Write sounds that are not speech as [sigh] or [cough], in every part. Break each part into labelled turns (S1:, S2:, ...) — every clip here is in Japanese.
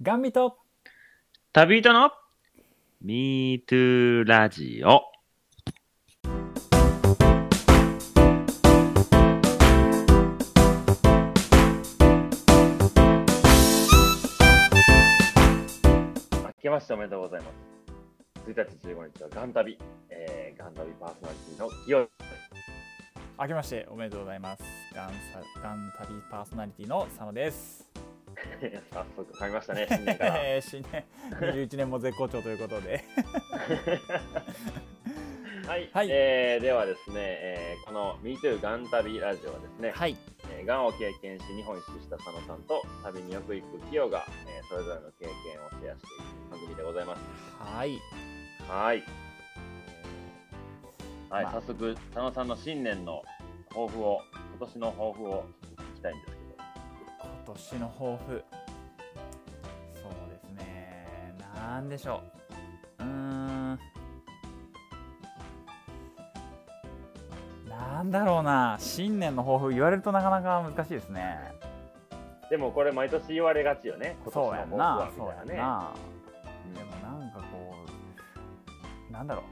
S1: ガンビと
S2: 旅人の Me Too ラジオ。明けましておめでとうございます。1日15日はガン旅、えー、ガン旅パーソナリティの清よ
S1: 明けましておめでとうございますガンサガン旅パーソナリティの佐野です、
S2: [laughs] 早速買いましたね、新年 [laughs] から。
S1: えー [laughs] 新年21年も絶好調ということで
S2: はい、
S1: はい
S2: えーではですね、えーこの MeToo ガン旅ラ [laughs] ジオはですね、
S1: はい
S2: えーがんを経験し日本一周した佐野さんと旅によく行くキヨが、えーそれぞれの経験をシェアしていく番組でございます
S1: はい
S2: はいはい、
S1: まあ
S2: 早速佐野さんの新年の抱負を今年の抱負を聞きたいんです
S1: 今年の抱負そうですねなんでしょううーんなんだろうな新年の抱負言われるとなかなか難しいですね
S2: けどでもこれ毎年言われがちよね今年の
S1: そうや
S2: 抱
S1: ん
S2: 負
S1: な
S2: はみ
S1: そう
S2: た
S1: や
S2: いな
S1: ん
S2: ね
S1: な
S2: うん
S1: でもなんかこうなんだろ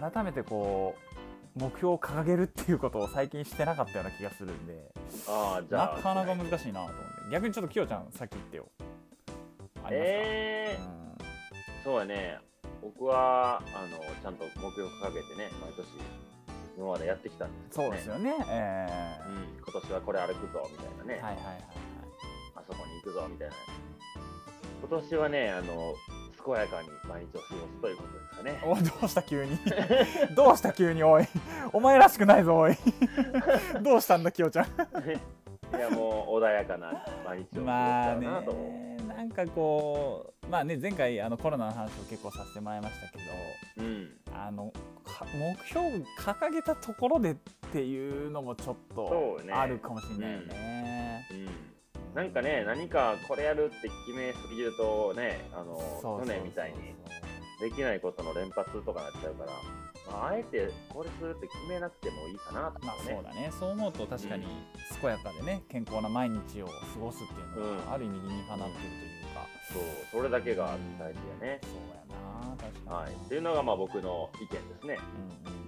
S1: う改めてこう目標を掲げるっていうことを最近してなかったような気がするんで
S2: あーじ
S1: な
S2: ゃあ
S1: かなか難しいなと思って逆にちょっときよちゃんさっき言ってよありますか、
S2: えー、そうやね、僕はあのちゃんと目標掲げてね、毎年今までやってきたんですけ
S1: う
S2: ど、ね、
S1: ん、そうですよねえ
S2: うん、今年はこれ歩くぞみたいな
S1: ーは
S2: ね、
S1: いはいはいはい
S2: あそこに行くぞみたいな、今年はね、あの健やかに毎日を過ごすということですかね。
S1: おどうした急に [laughs] どうした急においお前らしくないぞおい [laughs] どうしたんだきよちゃん
S2: いやもう穏やかな毎日を過ご
S1: まあ
S2: した
S1: ね
S2: らなと思
S1: なんかこうまあね前回あのコロナの話を結構させてもらいましたけど
S2: う。うん、
S1: あのか目標を掲げたところでっていうのもちょっと
S2: そうね
S1: あるかもしれないよね。
S2: うんなんかね、何かこれやるって決めすぎるとね、あの
S1: そうそうそうそう
S2: 去年みたいにできないことの連発とかなっちゃうから、まあ、あえてこれするって決めなくてもいいかなと
S1: まあ
S2: か
S1: そ
S2: ね
S1: う。だねそう思うと確かに
S2: うん
S1: 健やかでね健康な毎日を過ごすっていうの
S2: う
S1: は
S2: ん
S1: ある意味理にかなってるというか、
S2: そう、それだけが大事だね。
S1: そうやな確かに、
S2: はい。っていうのがまあ僕の意見ですね。
S1: うんうんうん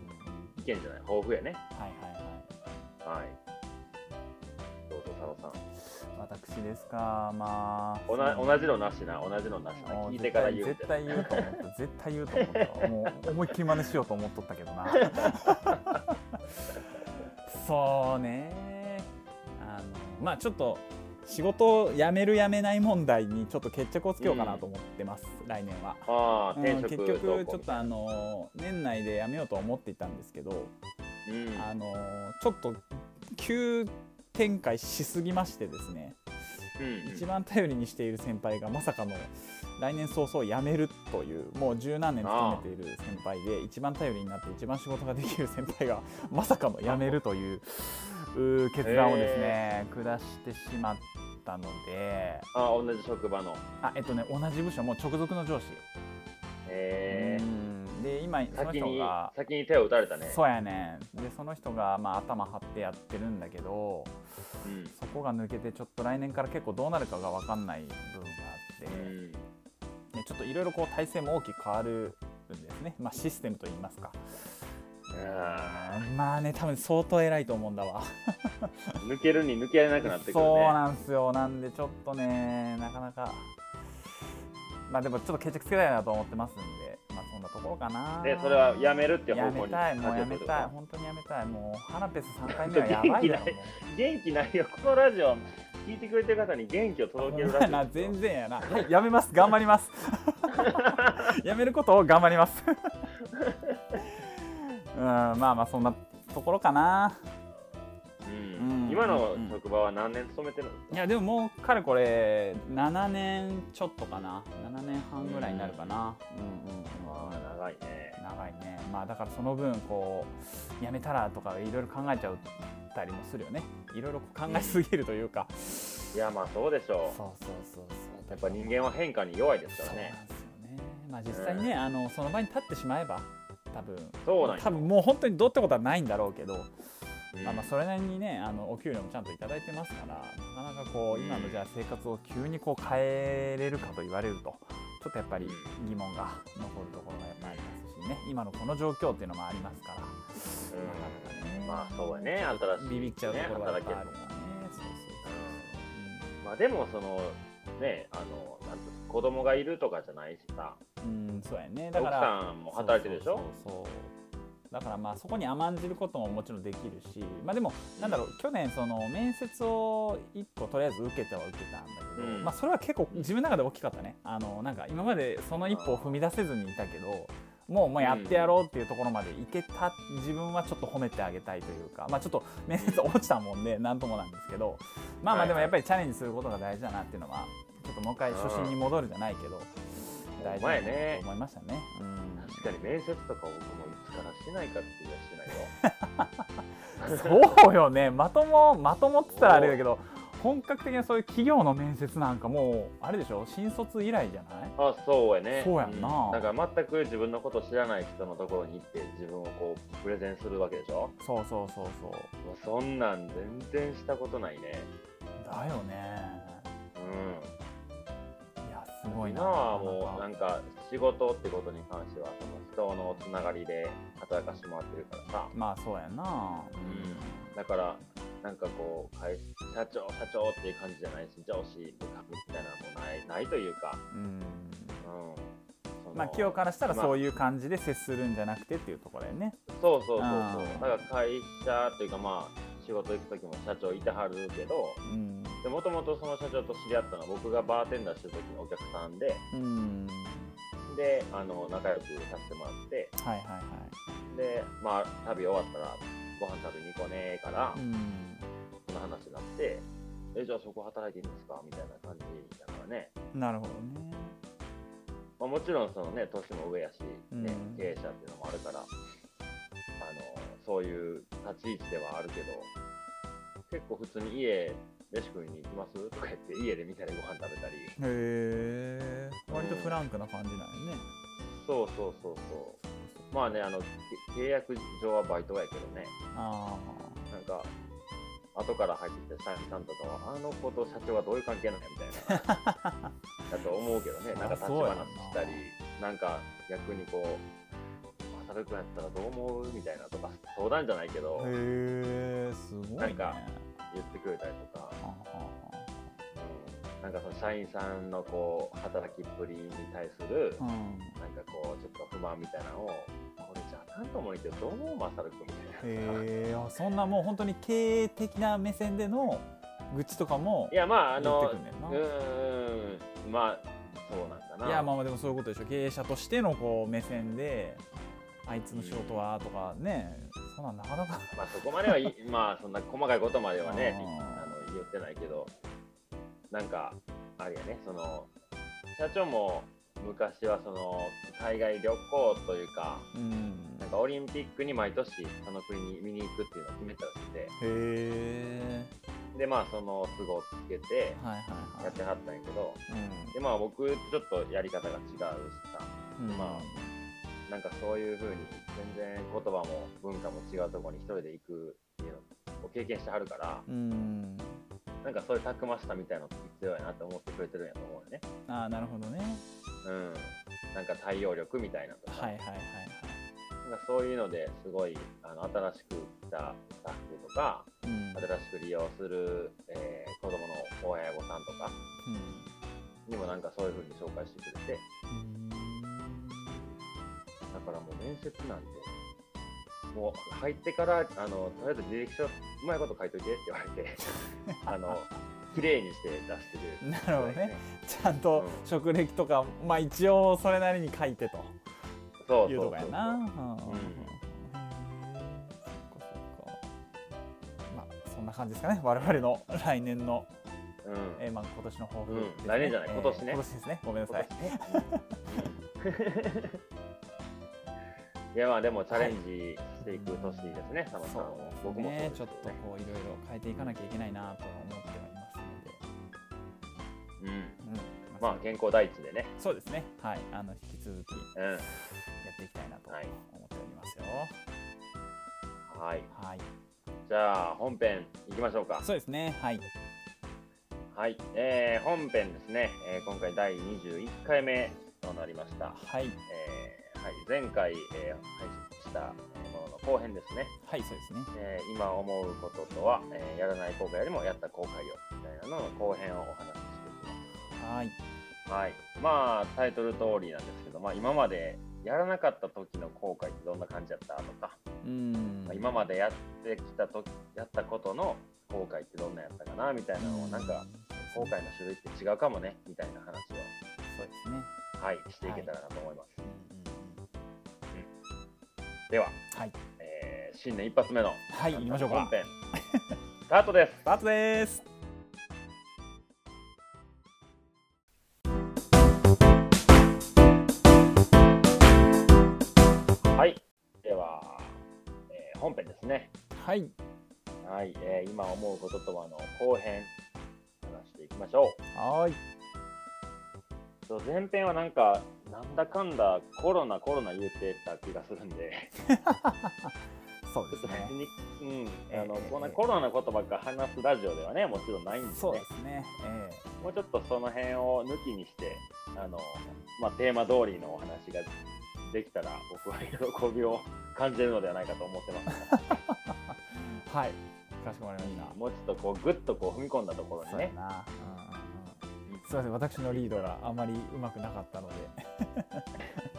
S2: 意見じゃない、抱負やね。
S1: はいはいはい
S2: はい。どうぞ佐野さ
S1: 私ですかまあ
S2: ん。おな同じのなしな、同じのなしな。
S1: もう
S2: 聞いてから言うみ
S1: 絶
S2: たい
S1: 対言うと思った絶対言うと思ったもう思いっきり真似しようと思っとったけどな
S2: [laughs]
S1: そうねあのまあちょっと仕事を辞める辞めない問題にちょっと決着をつけようかなと思ってます、来年は。
S2: な。ああ、
S1: うん
S2: 転職
S1: 結
S2: どう
S1: 局ち
S2: こう
S1: ょっとあの年内で辞めようとは思っていたんですけど、
S2: うん。
S1: あのちょっと急展開しすぎましてですね、
S2: うん
S1: 一番頼りにしている先輩がまさかの来年早々辞めるというもう十何年勤めている先輩で一番頼りになって一番仕事ができる先輩がまさかの辞めるといううー決断をですね下してしまったので
S2: ああ、同じ職場の。
S1: あえっとね同じ部署もう直属の上司
S2: え
S1: う
S2: ー
S1: んで今その
S2: 先
S1: 人
S2: に
S1: が
S2: 先に手を打たれたね。
S1: そうやねんでその人がまあ頭張ってやってるんだけど
S2: うん。
S1: そこが抜けてちょっと来年から結構どうなるかが分かんない部分があって。
S2: うん。
S1: ね、ちょっといろいろこう体制も大きく変わるんですね、まあ、システムといいますか
S2: あ
S1: まあね多分相当偉いと思うんだわ、
S2: ー抜けるに抜けられなくなってくるね。
S1: そうなんですよなんでちょっとねなかなかまあでもちょっと決着つけたいなと思ってますんでまあそんなところかな
S2: で、それはやめるって
S1: や
S2: 方
S1: め
S2: 向に
S1: たいもうや
S2: 舵を取
S1: め
S2: ると
S1: たい本当にやめたいもう花ペス3回目はやばいよ
S2: 元気ない元気ないよ、このラジオ、聞いてくれてる方に元気を
S1: もう
S2: 届ける
S1: ほん
S2: ラ
S1: ま
S2: ジ
S1: や
S2: オ。
S1: な [laughs] 全然やなはいやめます頑張り
S2: [laughs]
S1: ますやめることを頑張ります [laughs] うんまあまあそんなところかな
S2: うん
S1: うん
S2: 今の職場は何年勤めてるん
S1: いやでももうかれこれ7年ちょっとかな7年半ぐらいになるかな、うんうんうん
S2: ああ、長いね。
S1: 長いねまあだからその分こうやめたらとかいろいろ考えちゃったりもするよねいろいろこう考えすぎるというか、
S2: いや、まあそうでしょう。
S1: そうそうそうそう
S2: やっぱ人間は変化に弱いですか
S1: そ
S2: ら
S1: うなん
S2: ね。
S1: ですよねまあ実際ね、あのその場に立ってしまえば多分
S2: そうなんよ
S1: 多分もう本当にどうってことはないんだろうけど
S2: うん
S1: まあ、まあそれなりにねあのお給料もちゃんといただいてますからなかなかこう今のじゃあ生活を急にこう変えれるかと言われるとちょっとやっぱり疑問が残るところがやっぱありますしね今のこの状況っていうのもありますから、
S2: うんまあそうやね新しい、ね、
S1: ビビっちゃうところがやっぱ
S2: 働け
S1: り
S2: る
S1: ある
S2: の
S1: よ
S2: も
S1: ねそうそ
S2: まあでもそのねあのなんていうの子供がいるとかじゃないしさ
S1: うそう、うんうん、そうやねだ
S2: 奥
S1: から
S2: さんも働いてるでしょ
S1: そうそうそうそうだからまあそこに甘んじることももちろんできるしまあでもなんだろう去年その面接を1個とりあえず受けては受けたんだけど、
S2: うん
S1: まあそれは結構自分の中で大きかったねあのなんか今までその一歩を踏み出せずにいたけどもうもうやってやろうっていうところまでいけた自分はちょっと褒めてあげたいというかまあちょっと面接落ちたもんで [laughs] 何ともなんですけどまあまあでもやっぱりチャレンジすることが大事だなっていうのはちょっともう一回初心に戻るじゃないけど大事だなと思いましたね。うん
S2: 確かに面接とか僕もいつからしてないかって言えばしてないよ
S1: そうよねまともまともって言ったらあれだけど本格的なそういう企業の面接なんかもうあれでしょ新卒以来じゃない
S2: あそうやね
S1: そうやんな
S2: だから全く自分のこと知らない人のところに行って自分をこうプレゼンするわけでしょ
S1: そうそうそうそう
S2: もうそんなん全然したことないね
S1: だよね
S2: うん
S1: いやすごいな
S2: 今はもう
S1: な
S2: なん
S1: か
S2: んか仕事ってことに関してはその人のつながりで働かしてもらってるからさ
S1: まあそうやな
S2: だからなんかこう会社長社長っていう感じじゃないし上司部下みたいなのもないないというか、
S1: うん、
S2: うんその
S1: まあ企業からしたらそう
S2: まあ
S1: いう感じで接するんじゃなくてっていうところだよね
S2: そうそうそうそう
S1: あー
S2: だから会社というかまあ仕事行く時も社長いてはるけど
S1: うん
S2: でもともとその社長と知り合ったのは僕がバーテンダーしてる時のお客さんで
S1: うん
S2: であの仲良くさせてもらって
S1: はいはいはい
S2: で、まあ、旅終わったら、ご飯食べに行こうねーから
S1: う、ん
S2: その話になって、え、じゃあそこ働いていいんですかみたいな感じだからね。
S1: なるほどね
S2: まあ、もちろん、そのね、年も上やし、ね
S1: うん
S2: 経営者っていうのもあるから、あの、そういう立ち位置ではあるけど、結構普通に家、飯食いに行きますとか言って、家でみんなでご飯食べたり、
S1: へえ割とフランクな感じなんよね
S2: そうそうそうそう。まあね、あの、け契約上はバイトやけどね。
S1: あ
S2: なんか、後から入ってきた社員さんとかは、あの子と社長はどういう関係なのみたいな、
S1: あ [laughs]
S2: だと思うけどね、なんか立ち話したり、なんか逆にこう、まさるくんやったらどう思うみたいなとか、相談じゃないけど、
S1: へえすごいね
S2: なんか言ってくれたりとか、
S1: あは
S2: うんなんかその社員さんのこう、働きっぷりに対する、
S1: あうん
S2: なんかこう、ちょっと不満みたいなのを、これじゃあかんと思うけど、どう思うまさるくんみたいな。
S1: へえあそんなもう本当に経営的な目線での愚痴とかも
S2: いや、まあ、あ
S1: 言って
S2: の
S1: くん、ねんな
S2: うーん、まあ、そうなんだな。
S1: いやまあまあでもそういうことでしょ経営者としてのこう目線であいつの仕事はとかねそんなんなかなか
S2: まあそこまではい [laughs] まあそんな細かいことまではね
S1: あ
S2: あの言ってないけどなんかあれやねその社長も昔はその海外旅行というか
S1: うん
S2: なんかオリンピックに毎年その国に見に行くっていうのを決めたらしくて
S1: へえ
S2: でまあその都合つけて
S1: はいはい
S2: や
S1: は
S2: ってはったんやけど
S1: い
S2: でまあ僕ちょっとやり方が違うしさ
S1: うんうん
S2: まなんかそういう風に全然言葉も文化も違うところに一人で行くっていうのを経験してはるから。
S1: うん
S2: なんかそういうたくましさみたいなのって必要やなって思ってくれてるんやと思うよね。
S1: ああなるほどね
S2: うん。なんか対応力みたいなとか、
S1: はいはいはいはい
S2: なんかそういうのですごいあの新しく来たスタッフとか、
S1: うん
S2: 新しく利用する、えー子供の親御さんとかにもなんかそういう風に紹介してくれて、
S1: うん
S2: だからもう面接なんて、もう入ってから、あの、とりあえず履歴書、うまいこと書いといてって言わ
S1: [laughs]
S2: れて、あの、綺麗にして出してる。
S1: なるほどね。ちゃんと職歴とか、まあ一応それなりに書いてと
S2: そう
S1: い
S2: そう
S1: と
S2: うそう
S1: かや
S2: そう。
S1: な。うん
S2: うん
S1: へえそっかそっかまあそんな感じですかね。我々の来年の、
S2: うん。
S1: えー、まあ今年の抱負
S2: うん
S1: ですね、
S2: 来年じゃない
S1: えー
S2: 今年ね
S1: 今年ですね。ごめんなさい。
S2: [laughs] いやまあでもチャレンジしていく年ですね、サマさん
S1: そう
S2: は
S1: ですね。
S2: 僕もそうです
S1: ちょっとこういろいろ変えていかなきゃいけないなとは思ってはいます
S2: うん、
S1: ので。うん。
S2: まあ健康第一でね、
S1: そうですね。はい。あの引き続き
S2: う
S1: やっていきたいなと
S2: はい
S1: 思っておりますよ。
S2: ん、はい。
S1: はい。
S2: じじゃあ本編いきましょうか
S1: そうですねはい
S2: はい、えー、本編ですね、えー今回第21回目となりました、
S1: はい
S2: えーはい、前回、えー配信したえーものの後編ですね、
S1: はいそうですね
S2: えー今思うこととは、えーやらない後悔よりもやった後悔よみたいなのの後編をお話ししていきま
S1: はい
S2: すはいまあタイトル通りなんですけど、まあ、今までやらなかった時の後悔ってどんな感じだったとか、
S1: うーん
S2: まあ今までやってきた時やったことの後悔ってどんなやったかなみたいなのをなんか後悔の種類って違うかもねみたいな話を、
S1: そうですね
S2: はい、していけたらなと思います、
S1: うんうんうん
S2: では、
S1: はい
S2: えー新年一発目の
S1: はい行きましょう
S2: 本
S1: か
S2: 編スタートです
S1: スタートです
S2: はいでは、えー本編ですね
S1: はい
S2: はい、えー今思うこととはの後編話していきましょ
S1: はー
S2: [laughs]
S1: いう
S2: そう前編はなんかなんだかんだコロナコロナ言うてた気がするんで
S1: そうで
S2: ちょっ
S1: す
S2: と別
S1: ね
S2: に、 [laughs] うん、あの、
S1: ええ
S2: こんな
S1: ええ
S2: コロナのことばっか話すラジオではね、もちろんないんで、ね、
S1: そうですねえ
S2: もうちょっとその辺を抜きにして、あの、まあ、テーマ通りのお話ができたら、僕は喜びを感じるのではないかと思ってます。
S1: えはいかしこまりました
S2: もうちょっとこう、ぐっとこう踏み込んだところ
S1: そ
S2: に
S1: うや
S2: ね。
S1: な、うんうんうん、すいません私のリードがあまりうまくなかったので、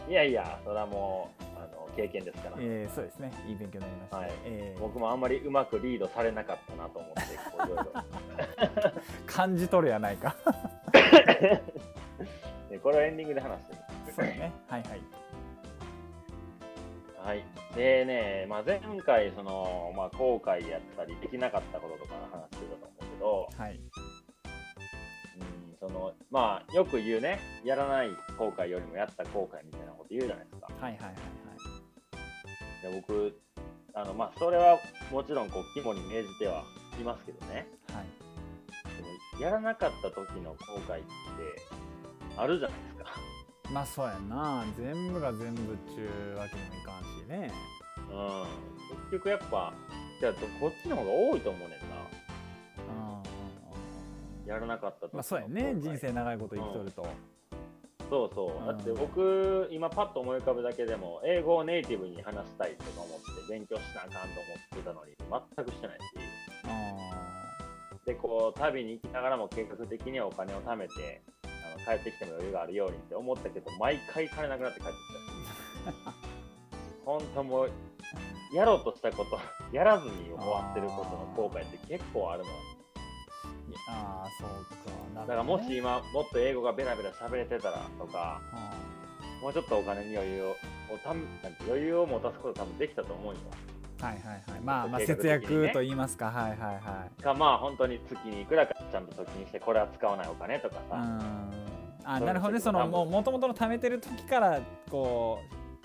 S2: いやいや、それはもう、あの、経験ですから。
S1: えー、そうですねいい勉強になりました、
S2: はい
S1: えー
S2: 僕もあんまりうまくリードされなかったなと思って、こういろいろ。
S1: 感じ取るやない
S2: [laughs]
S1: か
S2: でこれはエンディングで話してる。
S1: そうやねはいはい
S2: はい、でね、まあ、前回その、まあ、後悔やったりできなかったこととかの話してたと思
S1: はい、
S2: うけど、うんそのまあ、よく言うねやらない後悔よりもやった後悔みたいなこと言うじゃないですか。
S1: はいはいはいはい
S2: で僕あの、まあ、それはもちろんこう肝に銘じてはいますけどね
S1: はい
S2: でもやらなかった時の後悔ってあるじゃないですか。 [laughs]
S1: まあそうやな全部が全部っちゅうわけにもいかんしね
S2: うん、結局やっぱじゃあこっちの方が多いと思うねんな
S1: うんうんうんうん
S2: やらなかった時の
S1: まあそうやね
S2: 後悔
S1: 人生長いこと生きとると、
S2: そうそうう。
S1: ん
S2: だって僕、今パッと思い浮かぶだけでも、英語をネイティブに話したいとか思って、勉強しなあかんと思ってたのに、全くしてないし。
S1: あ
S2: で、こう、旅に行きながらも計画的にはお金を貯めて、あの帰ってきても余裕があるようにって思ったけど、毎回金なくなって帰ってきたし。本当もう、やろうとしたこと、やらずに終わってることの後悔って結構あるもん。
S1: ーいあーそうかな
S2: だ
S1: るほどね
S2: からもし今、もっと英語がベラベラ喋れてたらとか、
S1: うん
S2: もうちょっとお金に余裕をおたんなんて余裕を持たすこと多分できたと思うんよ。
S1: はいはいはいまあまあ
S2: 計
S1: 節
S2: 画的にね
S1: 約と言いますかはいはいはい
S2: かまあ本当に月にいくらかちゃんと貯金してこれは使わないお金とか
S1: う
S2: さ、
S1: んあ
S2: そう
S1: なるほどねその
S2: 多分
S1: もともとの貯めてる時からこ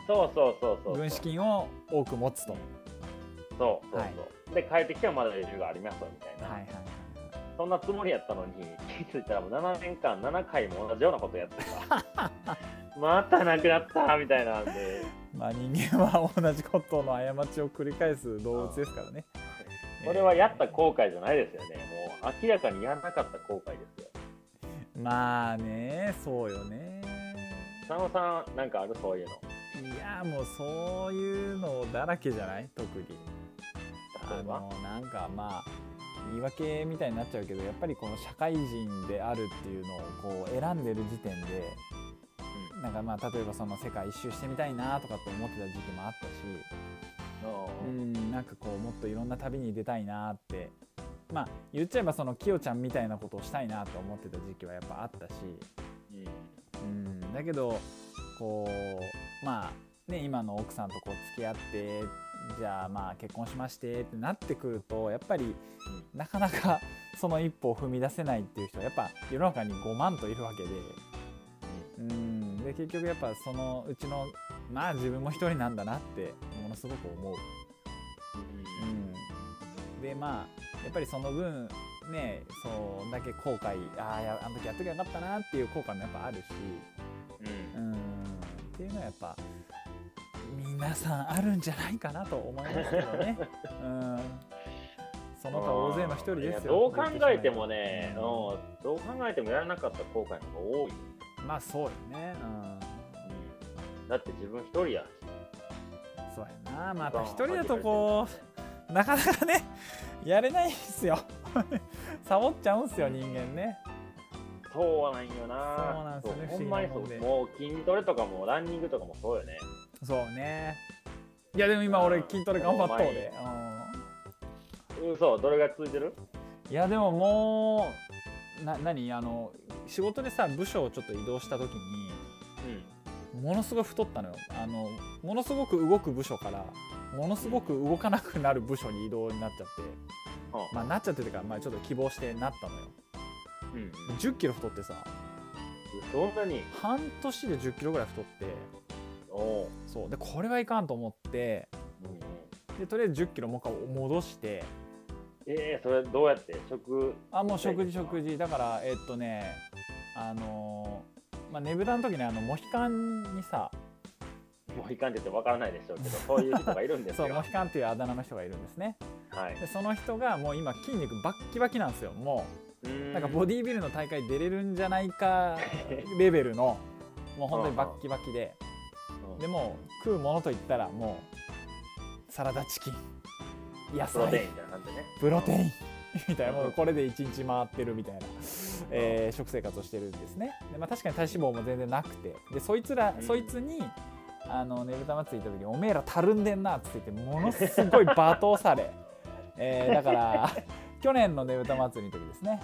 S2: そうそうそうそうう
S1: 軍資金を多く持つと、
S2: うんそうそうそう、
S1: はい
S2: で帰ってきてもまだ余裕がありますよみたいな、
S1: はいはいはい
S2: そんなつもりやったのに気づいたらもう7年間7回も同じようなことやってさ
S1: [laughs]
S2: またなくなったみたいなんで
S1: まあ人間は同じことの過ちを繰り返す動物ですからね
S2: これはやった後悔じゃないですよねもう明らかにやらなかった後悔ですよ
S1: まあねそうよね
S2: 佐野さんなんかあるそういうの
S1: いやもうそういうのだらけじゃない特に
S2: 例
S1: あ
S2: えば
S1: のなんかまあ言い訳みたいになっちゃうけどやっぱりこの社会人であるっていうのをこう選んでる時点でなんかまあ例えばその世界一周してみたいなとかって思ってた時期もあったし、う
S2: うん
S1: ん、なんかこうもっといろんな旅に出たいなってまあ言っちゃえばそのきよちゃんみたいなことをしたいなと思ってた時期はやっぱあったし、
S2: うん
S1: うん、だけどこうまあね今の奥さんとこう付き合ってじゃあまあ結婚しましてってなってくるとやっぱりなかなか [laughs] その一歩を踏み出せないっていう人はやっぱ世の中に5万といるわけで。うんで結局やっぱそのうちのまあ自分も一人なんだなってものすごく思う、
S2: うん
S1: うん、でまあやっぱりその分ねそんだけ後悔ああやあの時やっときゃよかったなっていう後悔もやっぱあるし
S2: うん
S1: うんっていうのはやっぱ
S2: [laughs]
S1: 皆さんあるんじゃないかなと思いますけどねうんその他大勢の一人
S2: い
S1: で
S2: や
S1: すよ
S2: どう考えてもね、うん
S1: うん、
S2: どう考えてもやらなかった後悔の方が多い、
S1: まあそうよねうん
S2: だって自分一人やし
S1: そうやなまあやっぱ一人だとこうなかなかねやれないっすよ [laughs] サボっちゃうんすよ人間ね
S2: そうはないよな
S1: そうなんですよね
S2: そう
S1: 不
S2: ほん
S1: 思
S2: ま
S1: 議
S2: に
S1: な
S2: そ
S1: もんで
S2: うもう筋トレとかもランニングとかもそうよね
S1: そうねいやでも今俺筋トレ頑張っとうで、
S2: 嘘どれが続いてる
S1: うん、いやでももうな何あの仕事でさ部署をちょっと移動した時に
S2: う
S1: ものすごい太ったのよあのものすごく動く部署からものすごく動かなくなる部署に移動になっちゃって、
S2: はあ
S1: まあなっちゃってというか、まあ、ちょっと希望してなったのよ
S2: んうん
S1: 1 0キロ太ってさ
S2: そんなに
S1: 半年で1 0キロぐらい太って
S2: おう
S1: そうでこれはいかんと思って
S2: うんうん
S1: でとりあえず1 0キロもう一回戻して
S2: えー、それどうやって食
S1: あもう食事食事だからえっとねあのーまあねぶたの時にあのモヒカンにさ
S2: もういかんって言ってわからないでしょうけどそういう人がいるんで
S1: [laughs]
S2: す
S1: そ
S2: よ
S1: うモヒカンっていうあだ名の人がいるんですね
S2: はい
S1: でその人がもう今筋肉バッキバキなんですよもう [laughs] なんかボ
S2: デ
S1: ディービルの大会出れるんじゃないかレベルのもう本当にバッキバキで
S2: ィ
S1: でもう食うものといったらもうサラダチキン野
S2: プロテ
S1: 菜
S2: インみたいな感じでね
S1: プロテイン [laughs] みたいなもうこれで一日回ってるみたいな、えー食生活をしてるんですねで、まあ、確かに体脂肪も全然なくてでそいつら、
S2: うん
S1: そいつにあのねぶた祭り行った時に「おめえらたるんでんな」っつって言ってものすごい罵倒され、 [laughs] えーだから [laughs] 去年のねぶた祭りの時ですね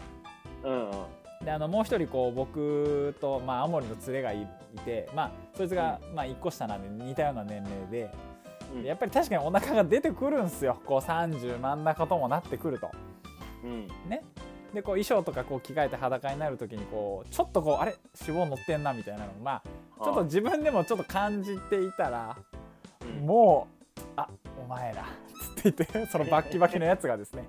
S2: うんうん
S1: であのもう一人こう僕と、まあ、青森の連れがいいて、まあ、そいつが、まあ、1個下なんで似たような年齢で
S2: うん
S1: やっぱり確かにお腹が出てくるんすよこう30真ん中ともなってくると。
S2: うん
S1: ねでこう衣装とかこう着替えて裸になる時にこうちょっとこうあれ脂肪乗ってんなみたいなのをまあちょっと自分でもちょっと感じていたら
S2: うん
S1: もう「あお前ら」つって言ってそのバッキバキのやつがです [laughs] ね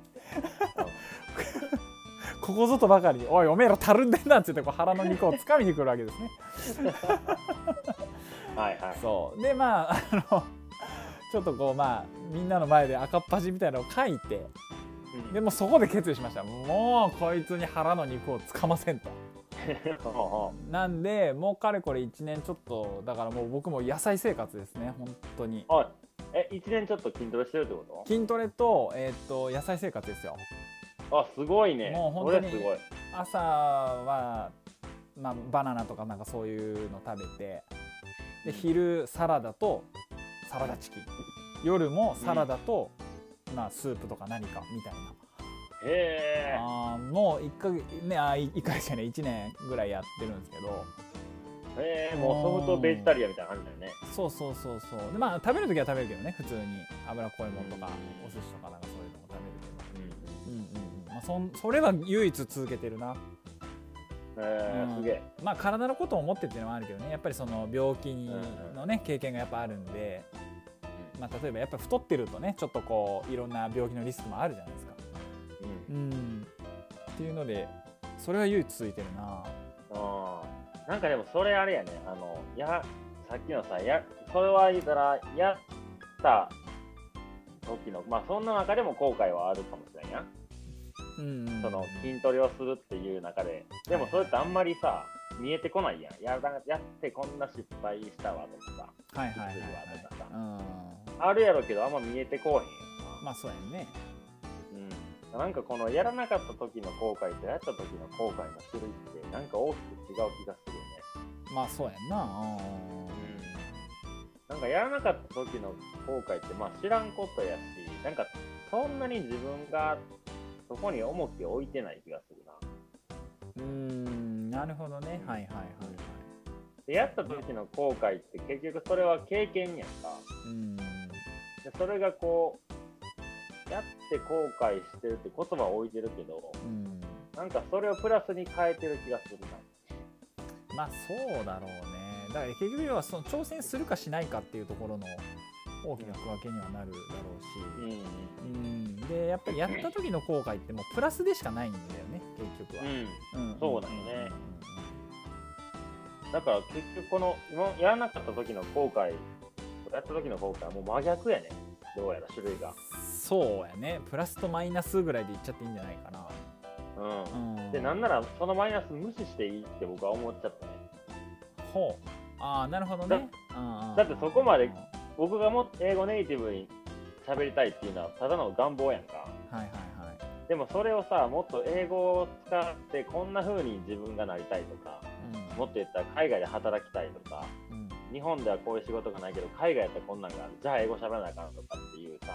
S1: ここぞとばかりに「おいおめえらたるんでんな」っつってこう腹の肉をつかみにくるわけですね。
S2: はいはい
S1: そうでまああのちょっとこうまあみんなの前で赤っ端みたいなのを書いて
S2: うん
S1: でもうそこで決意しましたもうこいつに腹の肉をつかませんと。
S2: は
S1: なんでもうかれこれ1年ちょっとだからもう僕も野菜生活ですね本当に
S2: あ [laughs] はあおいえ一年ちょっと筋トレしてるってこ
S1: 筋トレと,、えー、と野菜生活ですよ
S2: とあすごいね
S1: もう本当に
S2: それすごい
S1: 朝は、まあ、バナナとかなんかそういうの食べてで昼サラダとサラダチキン夜もサラダと、まあ、スープとか何かみたいな
S2: へえ
S1: あーもう1か月ねあ1か月じゃない1年ぐらいやってるんですけど
S2: へえもうソフトベジタリアンみたいな感じだよね
S1: そうそうそうそうでまあ食べる時は食べるけどね普通に油っこいものとか
S2: うん
S1: お寿司とかなんかそういうのも食べるけど
S2: うん
S1: うんうんうんまあ、そんそれは唯一続けてるな、
S2: へ
S1: う
S2: え
S1: ん
S2: すげえ
S1: まあ、体のことを思ってっていうのもあるけどねやっぱりその病気のね経験がやっぱあるんで、まあ、例えばやっぱ太ってるとねちょっとこういろんな病気のリスクもあるじゃないですか。
S2: うん
S1: うん、っていうのでそれは唯一続いてるな
S2: あーなんかでもそれあれやねあのやさっきのさやそれは言ったらやった時のまあそんな中でも後悔はあるかもしれんやん
S1: うんうん
S2: その筋トレをするっていう中ででもそれってあんまりさ見えてこないやんやらやってこんな失敗したわとか
S1: はいはいはいはい
S2: きついわとかさ
S1: うん
S2: さあるやろうけどあんま見えてこう
S1: まあそうやんね
S2: へんやん、うん、なんかこのやらなかった時の後悔とやった時の後悔の種類ってなんか大きく違う気がするよね
S1: まあそうやんなうん
S2: なんかやらなかった時の後悔って、まあ、知らんことやし、なんかそんなに自分がそこに重きを置いてない気がするな。
S1: うんなるほどねはいはいはいはい
S2: でやった時の後悔って結局それは経験やんか。
S1: うん
S2: でそれがこう、やって後悔してるって言葉を置いてるけど、
S1: うん
S2: なんかそれをプラスに変えてる気がするな。
S1: まあそうだろうねだから結局要はその挑戦するかしないかっていうところの大きな区分けにはなるだろうし、
S2: ん。
S1: うん、でやっぱりやった時の後悔ってもうプラスでしかないんだよね結局は、
S2: うん。
S1: うん
S2: そうだよねだから結局この、今やらなかった時の後悔、やった時の後悔はもう真逆やね。どうやら種類が。
S1: そうやねプラスとマイナスぐらいでいっちゃっていいんじゃないかな、
S2: う
S1: うん
S2: ん。で、なんならそのマイナス無視していいって僕は思っちゃったね。
S1: ほうああなるほどねだ
S2: だってそこまで僕がもっと英語ネイティブに喋りたいっていうのはただの願望やんか。
S1: はいはいはい
S2: でもそれをさ、もっと英語を使ってこんな風に自分がなりたいとか、もっと言ったら海外で働きたいとか、
S1: うん、うん
S2: 日本ではこういう仕事がないけど、海外やったらこんなんがある、じゃあ英語喋らなあかんとかっていうさ、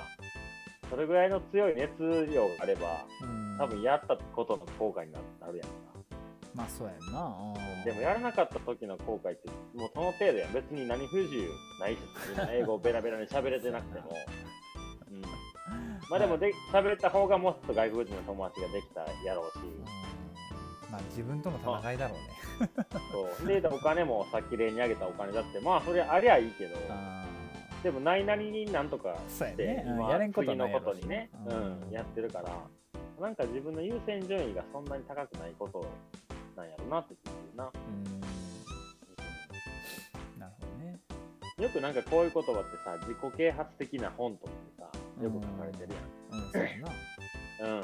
S2: それぐらいの強い熱量があれば、
S1: うん、
S2: 多分やったことの後悔になるやんか。
S1: まあそうやんなうん
S2: でもやらなかった時の後悔って、もうその程度やん。別に何不自由ないし、みんな英語をベラベラに喋れてなくても。うん、まあでもで、喋れた方がもっと外国人の友達ができたやろうし。
S1: うんまあ自分との戦いだろうね
S2: そうでお金もさっき例に挙げたお金だってまあそれありゃいいけど
S1: あ
S2: でもないなりになんとか
S1: ー [laughs] そうや
S2: して
S1: ね、うん
S2: 今
S1: やれんこと
S2: 次
S1: はな
S2: の
S1: いや
S2: こ
S1: ろ
S2: とにね、うんやってるからなんか自分の優先順位がそんなに高くないことなんやろなって気がするな
S1: うんなるほどね
S2: よくなんかこういう言葉ってさ自己啓発的な本とかでさよく書かれてる
S1: うんそうや
S2: [laughs]
S1: な
S2: やん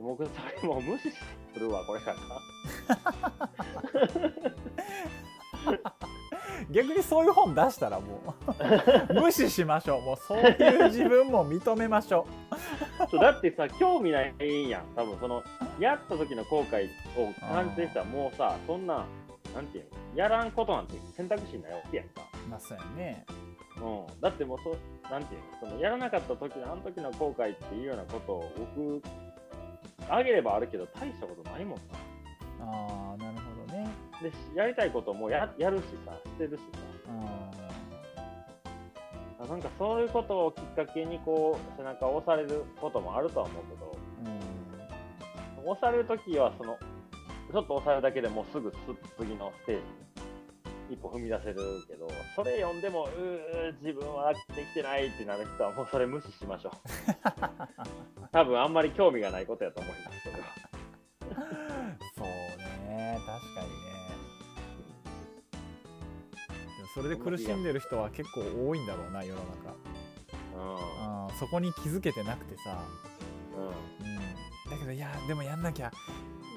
S2: うん、僕それもう無視するわこれから
S1: [laughs] 逆にそういう本出したらもう [laughs] 無視しましょうもうそういう自分も認めましょ
S2: そうだってさ興味ないやん多分そのやった時の後悔を感じてたらもうさそんななんていうのやらんことなんて選択肢にないわけやんか、
S1: うまあそうやね
S2: うん、だってもうそうなんていうのそのやらなかった時のあの時の後悔っていうようなことを僕あげればあるけど大したことないもんな
S1: ああなるほどね
S2: でしやりたいこともややるしさしてるし
S1: あ
S2: さなんかそういうことをきっかけにこう背中を押されることもあるとは思うけど
S1: ーうん
S2: 押されるときはそのちょっと押されるだけでもうすぐす次のステージに一歩踏み出せるけどそれ読んでもうー自分はできてないってなる人はもうそれ無視しましょう
S1: [laughs]
S2: 多分あんまり興味がないことやと思いますそれは
S1: そうね確かにねでもそれで苦しんでる人は結構多いんだろうな世の中あーそこに気づけてなくてさ、
S2: うんうん
S1: だけどいやでもやんなきゃ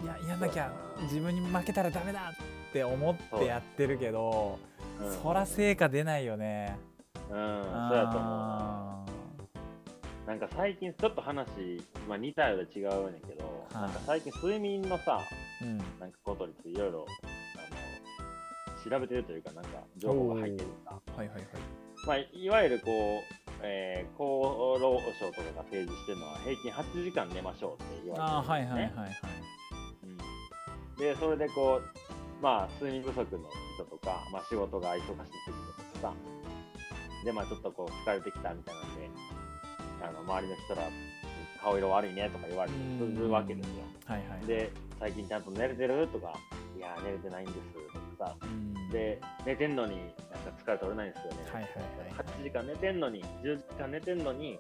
S1: いややんなきゃ自分に負けたらダメだって思ってやってるけどそ,、
S2: うん
S1: ら成果出ないよね、
S2: うん
S1: う
S2: そうやと思うなんか最近ちょっと話、まあ、似たようで違うねんけど、
S1: はい
S2: なんか最近睡眠のさ
S1: うん
S2: なんかことについていろいろあの調べてるというかなんか情報が入ってるさ
S1: はいはいはい
S2: まあ、いわゆるこう、えー、厚労省とかが提示してるのは平均8時間寝ましょうって言
S1: あ
S2: わ
S1: ーは
S2: れ
S1: い
S2: てるん
S1: はい
S2: で
S1: は
S2: す
S1: い
S2: ね。
S1: はい
S2: うんでそれでこう、まあ、睡眠不足の人とか、まあ、仕事が忙しい時とかさで、まあ、ちょっとこう疲れてきたみたいなんであの周りの人ら顔色悪いねとか言われて
S1: うん
S2: するわけですよ。
S1: はいはい
S2: で最近ちゃんと寝れてるとかいやー寝れてないんですとかさ
S1: うん
S2: で寝てんのになんか疲れ取れないんですよね。
S1: はいはいはい
S2: 8時間寝てんのに10時間寝てんのに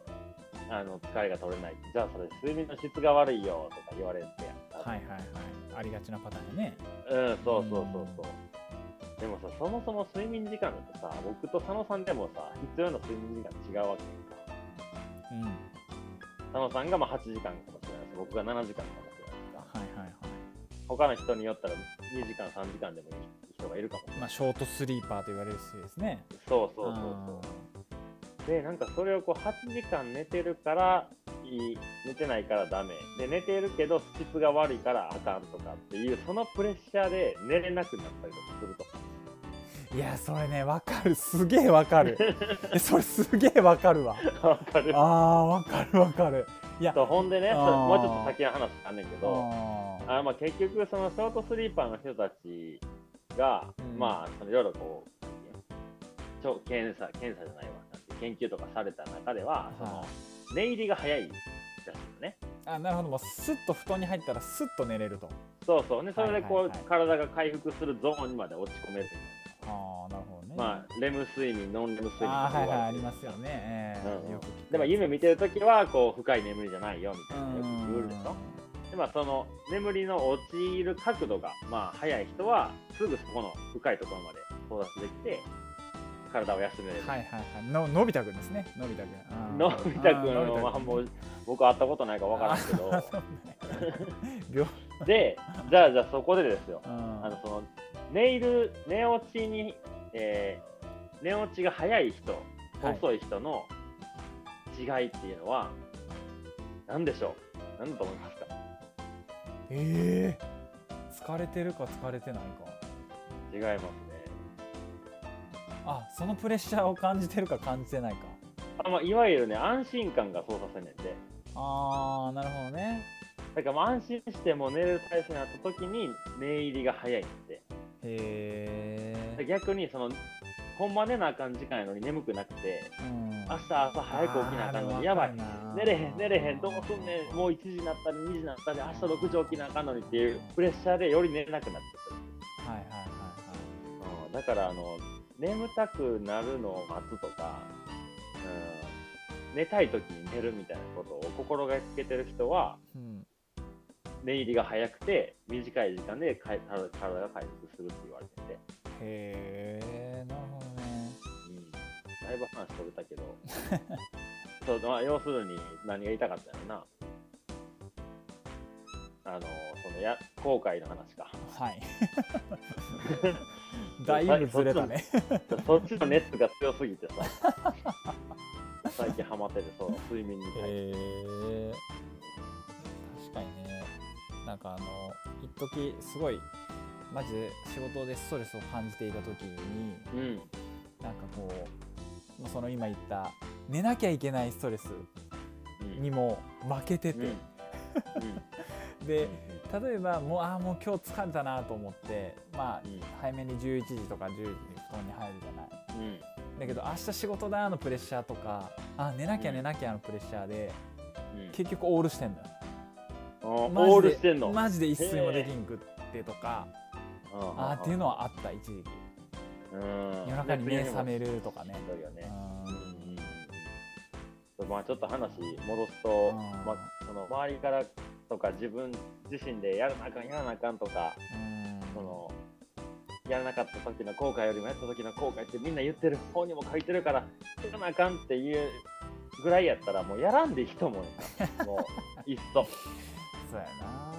S2: あの疲れが取れないじゃあそれ睡眠の質が悪いよとか言われて
S1: はいはいはいありがちなパターンやね
S2: うんそうそうそうそうでもさそもそも睡眠時間だってさ僕と佐野さんでもさ必要な睡眠時間違うわけやんか
S1: うんはい
S2: 佐野さんがまあ8時間かもしれないし僕が7時間かもしれないしさ
S1: はいはい
S2: 他の人によったら2時間3時間でもいい人がいるかも
S1: まあショートスリーパーと言われるしですね
S2: そうそうそうそうでなんかそれをこう8時間寝てるからいい寝てないからダメで寝てるけど質が悪いからあかんとかっていうそのプレッシャーで寝れなくなったりとかすると
S1: いやそれねわかるすげえわかる
S2: [laughs]
S1: えそれすげえわかるわ
S2: わかる
S1: [laughs] あーわかるわかるいや
S2: [laughs] そうほんでね
S1: あー
S2: それもうちょっと先の話あんねんけ
S1: う
S2: どあーまあ結局そのショートスリーパーの人たちが、
S1: うん
S2: まあそのいろいろこうなんていうの超検査検査じゃないわなんて研究とかされた中ではその
S1: は
S2: 寝入りが早いらしいよね
S1: あなるほどもうスッと布団に入ったらスッと寝れると
S2: そうそうねそれでこう、
S1: はいはいはい
S2: 体が回復するゾーンにまで落ち込めるみたいな
S1: ああなるほどね
S2: まあ、レム睡眠、ノンレム睡眠
S1: あ
S2: と
S1: ーは
S2: か
S1: い
S2: 言わ
S1: は
S2: れ
S1: い
S2: て
S1: ありますよね、えー
S2: うん
S1: よく聞く
S2: でも夢見てるときはこう深い眠りじゃないよみた
S1: う
S2: いなよく
S1: ん
S2: 言うでしょで、まあ、その眠りの陥る角度が、まあ、早い人はすぐそこの深いところまで到達できて体を休める。
S1: はいはいはいののび太くんですねのび太くん
S2: のび太くんはも
S1: う
S2: う僕会ったことないから分からんけど
S1: [laughs] 病
S2: でじゃあじゃあそこでですよ
S1: うん
S2: あのそのネイル寝落ちに、えー寝落ちが早い人
S1: はい
S2: 遅い人の違いっていうのは何でしょう何だと思いますか
S1: ええ疲れてるか疲れてないか
S2: 違いますね
S1: あそのプレッシャーを感じてるか感じてないか
S2: あ、まあ、いわゆるね安心感がそうさせんねんで
S1: あーなるほどね
S2: だからまあ安心してもう寝れる体勢になった時に寝入りが早いんで
S1: へ
S2: で
S1: え、
S2: 逆にそのほんま寝なあかん時間やのに眠くなくて
S1: うん
S2: 明日朝早く起きなあかんのにやばい寝れへん寝れへんどうすんねんもう1時になったり2時になったり明日6時起きなあかんのにっていうプレッシャーでより寝れなくなってくる
S1: はいはいはいはい
S2: うんだからあの眠たくなるのを待つとか、うん、寝たい時に寝るみたいなことを心がけてる人は
S1: うん
S2: 寝入りが早くて短い時間でかい体体が回復するって言われてて、
S1: へえなるほどね
S2: うん、だいぶ話取れたけど [laughs] そう、まあ、要するに何が言いたかったのなあのそのや後悔の
S1: [laughs]
S2: 話か。
S1: はい
S2: [laughs]
S1: だいぶずれたね
S2: そっちの熱が強すぎてさ [laughs] 最近ハマってるそう睡眠に対して、
S1: へえ確かにねなんかあの一時すごいマジで仕事でストレスを感じていた時に
S2: うん
S1: なんかこうその今言った寝なきゃいけないストレス
S2: うん
S1: にも負けてて、で [laughs] 例えばもうあーもう今日疲れたなと思ってまあ
S2: うん
S1: 早めに11時とか10時に布団に入るじゃない
S2: うんうん
S1: だけど明日仕事だのプレッシャーとかあ寝なきゃ
S2: うん
S1: 寝なきゃのプレッシャーで
S2: うん
S1: 結局オールしてんだよ
S2: あ
S1: マ
S2: ー
S1: ジで
S2: オールしてんの、
S1: マジで一睡もできんくってとか
S2: あ
S1: あーっていうのはあった一時期夜中に目覚め
S2: る
S1: るとかね
S2: ひどいよ
S1: う
S2: ねうんんうんうんまあちょっと話戻すと、
S1: うん
S2: まあ、その周りからとか自分自身でやらなあかんやらなあかんとか
S1: うん
S2: そのやらなかった時の後悔よりもやった時の後悔ってみんな言ってる本にも書いてるからやらなあかんっていうぐらいやったらもうやらんでいいと思
S1: [laughs]
S2: うよもういっそ
S1: そうやな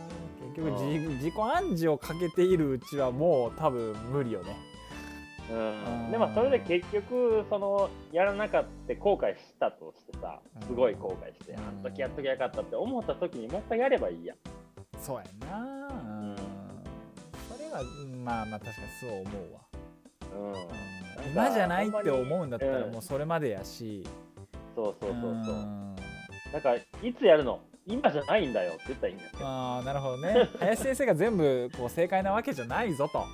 S1: 結局自自己暗示をかけているうちはもう多分無理よね
S2: うん
S1: うん
S2: でもそれで結局そのやらなかった後悔したとしてさすごい後悔して
S1: うん
S2: あの時やっときゃよかったって思った時にもう一回やればいいやん
S1: そうやなうんそれはうんまあまあ確かにそう思うわ、
S2: う
S1: うん、
S2: んなんか
S1: 今じゃないって思うんだった
S2: ほんま
S1: ら
S2: にうん
S1: もうそれまでやし
S2: そうそうそうそううんだからいつやるの今じゃないんだよって言ったらいいんだよ
S1: あーなるほどね林先生が全部こう正解なわけじゃないぞ
S2: [laughs]
S1: と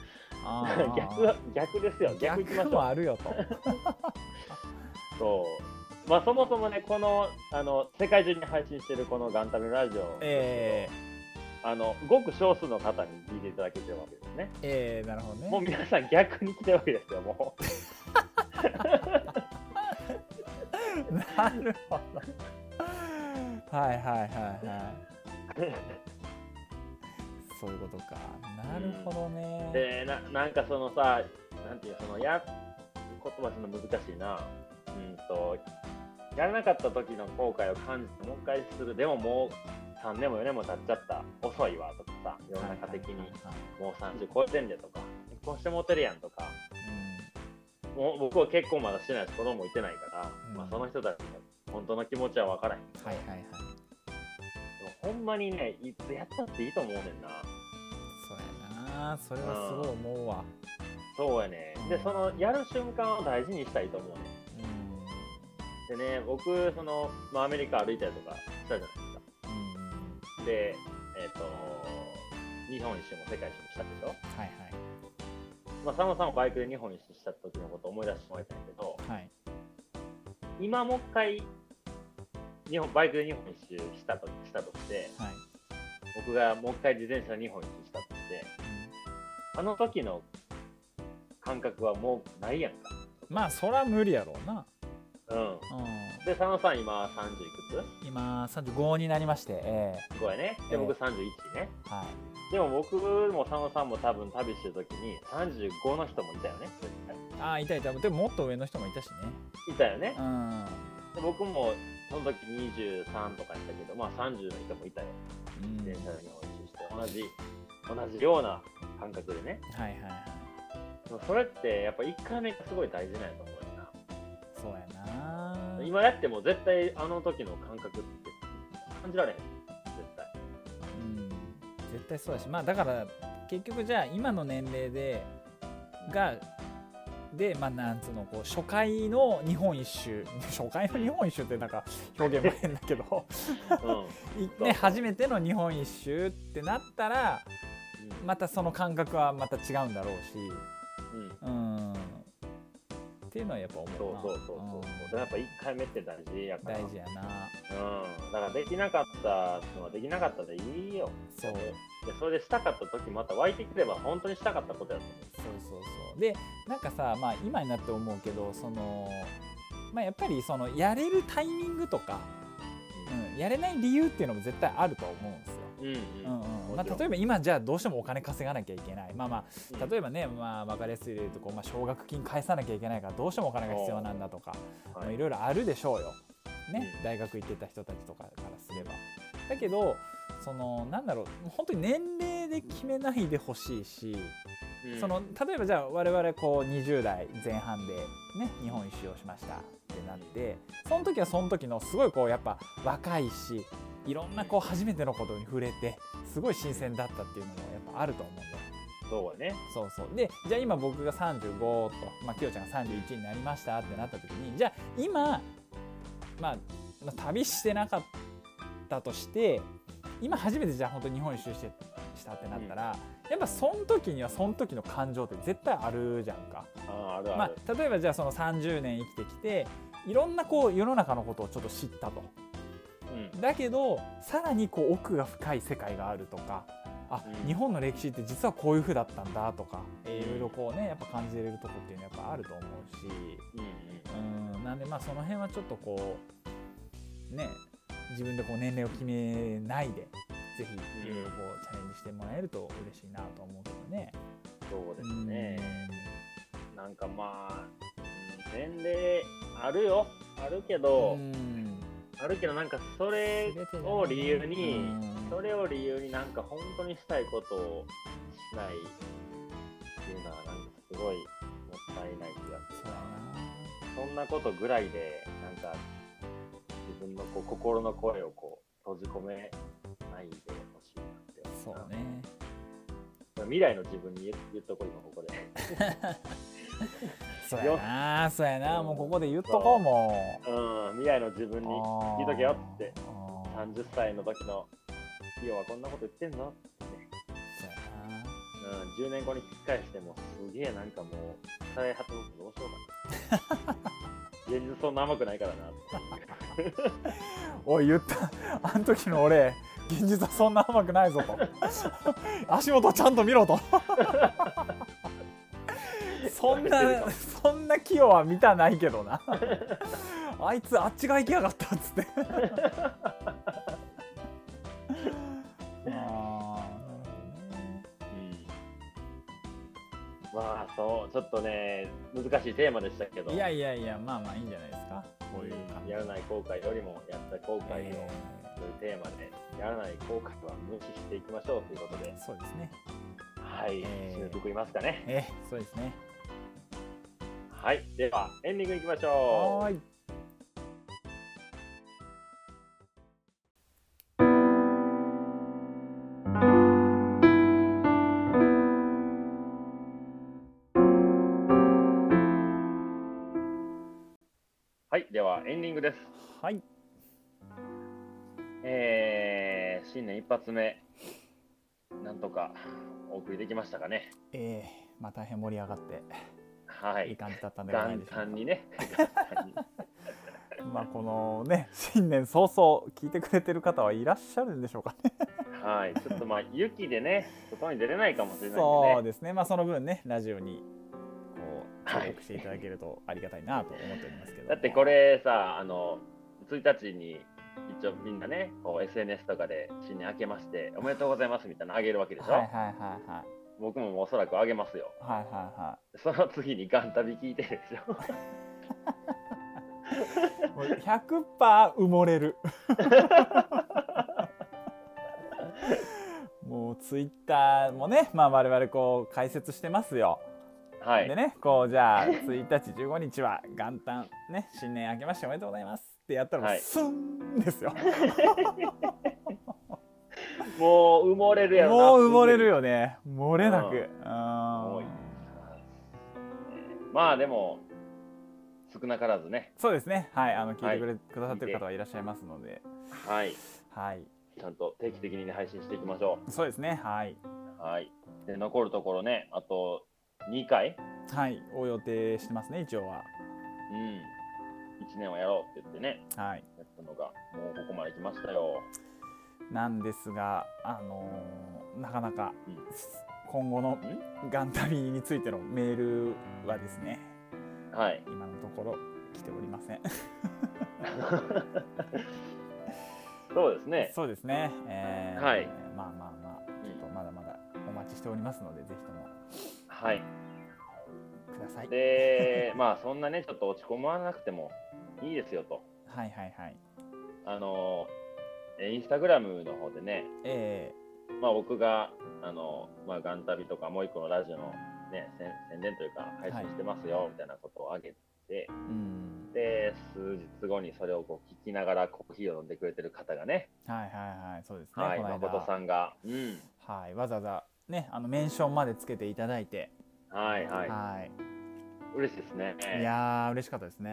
S1: あー
S2: 逆は逆ですよ逆いきまし
S1: 逆
S2: ょう
S1: もあるよ
S2: [laughs]
S1: と
S2: そう。まあそもそもね、この、あの、世界中に配信してるこのガンタメラジオ、
S1: え
S2: あの、ごく少数の方に聞いていただけてるわけですね
S1: ー、。えー、なるほどね
S2: もう皆さん逆に来てるわけですよ、もう。
S1: なるほど。はいはいはいはい。そういうことか。なるほどね。
S2: で、ななんかそのさ、なんていう、その、や、言葉するの難しいな。うんと、やらなかった時の後悔を感じて、もう一回する。でももう3年も4年も経っちゃった。遅いわ、とかさ、世の中的
S1: はい
S2: に
S1: はい、はい
S2: もう30超えてんでとか、結婚してもうてるやんとか。
S1: は
S2: もう僕は結婚まだしてないし子供もいてないから、
S1: うん
S2: まあ、その人たちの本当の気持ちは分からへん
S1: い。うんはいはいはい。
S2: でもほんまにねいつやったっていいと思うねんな
S1: そうやな。それはすごい思うわ。
S2: そうやねでそのやる瞬間を大事にしたいと思う
S1: う
S2: ねんでね僕その、まあ、アメリカ歩いたりとかしたじゃないです
S1: ん。うん。
S2: かでえっ、と日本一周も世界一周もしたでしょ、
S1: はい
S2: まあ、佐野さんもバイクで日本一周した時のことを思い出してもらいたいけど
S1: はい。はい。
S2: 今もう一回日本バイクで日本一周したとしたとして
S1: はい。
S2: 僕がもう一回自転車で日本一周したとしてあの時の感覚はもうないやんか。
S1: うんまあ、そら無理やろうな。
S2: うん。
S1: う
S2: で、佐野さん今30い
S1: ん。
S2: く
S1: 今、35になりまして、え
S2: つ ?5 やね。で、僕
S1: え
S2: 31ね。
S1: ー、はい。
S2: でも僕も佐野さんも多分旅してる時に35の人もいたよね。絶対
S1: ああいたいたでももっと上の人もいたしね
S2: いたよね
S1: う。ん
S2: で僕もその時23とかやったけど、まあ30の人もいたよ。
S1: うん
S2: 電車に応援して同じ同じような感覚でね。
S1: はいはいはい
S2: でもそれってやっぱ1回目がすごい大事なんやと思うよな。
S1: そうやな
S2: 今やっても絶対あの時の感覚って感じられへん。絶対。
S1: うん絶対そうだしまあだから結局じゃあ今の年齢でがでまあなんつうのこう初回の日本一周 [laughs] 初回の日本一周ってなんか表現も変だけ
S2: [laughs]
S1: ど、 [laughs]
S2: うん。
S1: いね、初めての日本一周ってなったらまたその感覚はまた違うんだろうし
S2: うんうん
S1: うんっていうのはやっぱ思
S2: そう
S1: うな
S2: そうそうそう。だからやっぱ1回目って大事や
S1: うん
S2: から。
S1: 大事やな
S2: うん。だからできなかったのはできなかったでいいよ。
S1: そう
S2: でそれでしたかった時また湧いてくれば本当にしたかったことやと思
S1: そうそうそうでなんかさ、まあ、今になって思うけどその、まあ、やっぱりそのやれるタイミングとか、うん、やれない理由っていうのも絶対あるとは思うんですよ。
S2: う。うん
S1: うんうんま
S2: も
S1: あ、
S2: ちろん
S1: 例えば今じゃあどうしてもお金稼がなきゃいけないまあま
S2: うん
S1: あ例えばね、まあ、分かりやすい例で言うとこう、まあ、奨学金返さなきゃいけないからどうしてもお金が必要なんだとか
S2: はい
S1: まあいろいろあるでしょうよ、ね
S2: うん
S1: 大学行ってた人たちとかからすれば。だけどそのなんだろう本当に年齢で決めないでほしいし、
S2: うん
S1: その例えばじゃあ我々こう20代前半でね日本一周をしましたってなってその時はその時のすごいこうやっぱ若いしいろんなこう初めてのことに触れてすごい新鮮だったっていうのもやっぱあると思うんだよ。
S2: そうやね。
S1: そうそうでじゃあ今僕が35と、まあ、きよちゃんが31になりましたってなった時にじゃあ今、まあ、まあ旅してなかったとして今初めてじゃあ本当に日本一周してしたってなったら、やっぱその時にはその時の感情って絶対あるじゃんか。
S2: ああ、ある
S1: ま
S2: ある。
S1: あ、例えばじゃあその30年生きてきていろんなこう世の中のことをちょっと知ったと。
S2: うん。
S1: だけどさらにこう奥が深い世界があるとかあ、
S2: うん
S1: 日本の歴史って実はこういうふうだったんだとか、
S2: うん
S1: いろいろこうねやっぱ感じれるとこっていうのはやっぱあると思うし
S2: うん
S1: うんなんでまあその辺はちょっとこうね自分でこう年齢を決めないでぜひいろいろこうチャレンジしてもらえると嬉しいなと思うけどね。
S2: そうで
S1: う
S2: す
S1: ん
S2: ね。なんかまあ、うん年齢あるよ。あるけど、
S1: うん
S2: あるけど、なんかそれ
S1: 全てじゃない
S2: を理由
S1: う
S2: に、
S1: ん
S2: それを理由になんか本当にしたいことをしないっていうのは、なんかすごいもったいない気が
S1: そ
S2: す
S1: う
S2: る
S1: やな
S2: な。そんなことぐらいで、なんか、自分のこう心の声をこう閉じ込めないでほしいなって
S1: そ
S2: 思な
S1: うね
S2: 未来の自分に言言っとこう、今ここ
S1: [laughs]
S2: で。
S1: そうやなそうやな
S2: うん
S1: もうここで言っとこうもう。
S2: うん、未来の自分に聞いとけよって、
S1: あー。あー
S2: 30歳の時の、要はこんなこと言ってんの、
S1: そうや
S2: うん、10年後に聞き返しても、すげえなんかもう、腐れ果て僕どうしよ
S1: [laughs]
S2: うかな。現実そんな甘くないからなっていう。
S1: なおい言ったあの時の俺現実はそんな甘くないぞ [laughs] と足元ちゃんと見ろとそんなそんな器用は見たないけどなあいつあっち側行きやがったっつって [laughs] あ
S2: うんまあそうちょっとね難しいテーマでしたけど
S1: ーいやいやいやまあまあいいんじゃないですかこういう感じ
S2: やらない後悔よりもやった後悔を、
S1: え
S2: というテーマでやらない後悔は無視していきましょうということで
S1: ーそうですね
S2: はい
S1: えー
S2: 締めくくりますかね
S1: えーそうですね
S2: はいではエンディングいきましょう
S1: はーい
S2: はいではエンディングです
S1: はい
S2: えー、新年一発目なんとかお送りできましたかね
S1: えー、まあ大変盛り上がって
S2: はい
S1: い
S2: い
S1: 感じだったんではない
S2: 元
S1: でしょうか
S2: 旦にね [laughs] 元旦に
S1: まあこのね新年早々聞いてくれてる方はいらっしゃるんでしょうかね。
S2: はい、ちょっとまあ雪でね、外に出れないかもしれないんで、ね、
S1: そうですね。まあその分ねラジオにこう
S2: は
S1: 注
S2: い
S1: 力していただけるとありがたいなと思っておりますけど。
S2: だってこれさ、あの1日に一応みんなね、こう SNS とかで新年明けましておめでとうございますみたいなのあげるわけでしょ。
S1: はいはいはいはい。
S2: 僕もおそらくあげますよ。
S1: はいは
S2: その次にガンタビ聞いてるで
S1: [laughs]
S2: しょ。
S1: いはいもう100%埋も
S2: [laughs]
S1: れるもうツイッターもね、まあ、我々こう解説してますよ、
S2: はい
S1: で。ねこうじゃあ1日15日は元旦ね新年明けましておめでとうございますってやったらも
S2: は
S1: う
S2: い
S1: スンですよ、
S2: もう埋もれるやろな。
S1: もう埋もれる。よね漏れなく、
S2: うん
S1: うん
S2: 多いまあでも、少なからずね。
S1: そうですねはいあの聞い
S2: は
S1: て
S2: い
S1: くれ、くださってる方はいらっしゃいますので
S2: はい。
S1: はい
S2: ちゃんと定期的にね、配信していきましょ。
S1: そうですねはいう
S2: はい。で、残るところね、あと2回。
S1: はいを予定してますね一応は
S2: うん。1年はやろうって言ってね、
S1: はい
S2: やったのが、もうここまで来ましたよ。
S1: なんですがあのーなかなか
S2: うん
S1: 今後の元旅についてのメールはですね [laughs]
S2: はい。
S1: 今のところ来ておりません
S2: そうですね。
S1: [laughs] そうですね。えー
S2: はい
S1: まあまあまあ、
S2: うん
S1: ちょっとまだまだお待ちしておりますので、ぜひとも
S2: はい。
S1: ください。
S2: で、まあそんなね、ちょっと落ち込まなくてもいいですよと。
S1: はいはいはい。
S2: あの、えインスタグラムの方でね、
S1: え
S2: まあ僕が、あの、まあガン旅とかもう一個のラジオのね、宣宣伝というか配信してますよ、みたいなことをあげて、
S1: ー、うん。
S2: で、数日後にそれをこう聞きながらコーヒーを飲んでくれてる方がね、
S1: はいはいはい、そうですね。
S2: はい、
S1: この間
S2: 誠さんが、うん、
S1: はい、わざわざね、あのメンションまでつけていただいて、
S2: はいはい、
S1: は
S2: 嬉しいですね。
S1: い、いやー嬉しかったですね。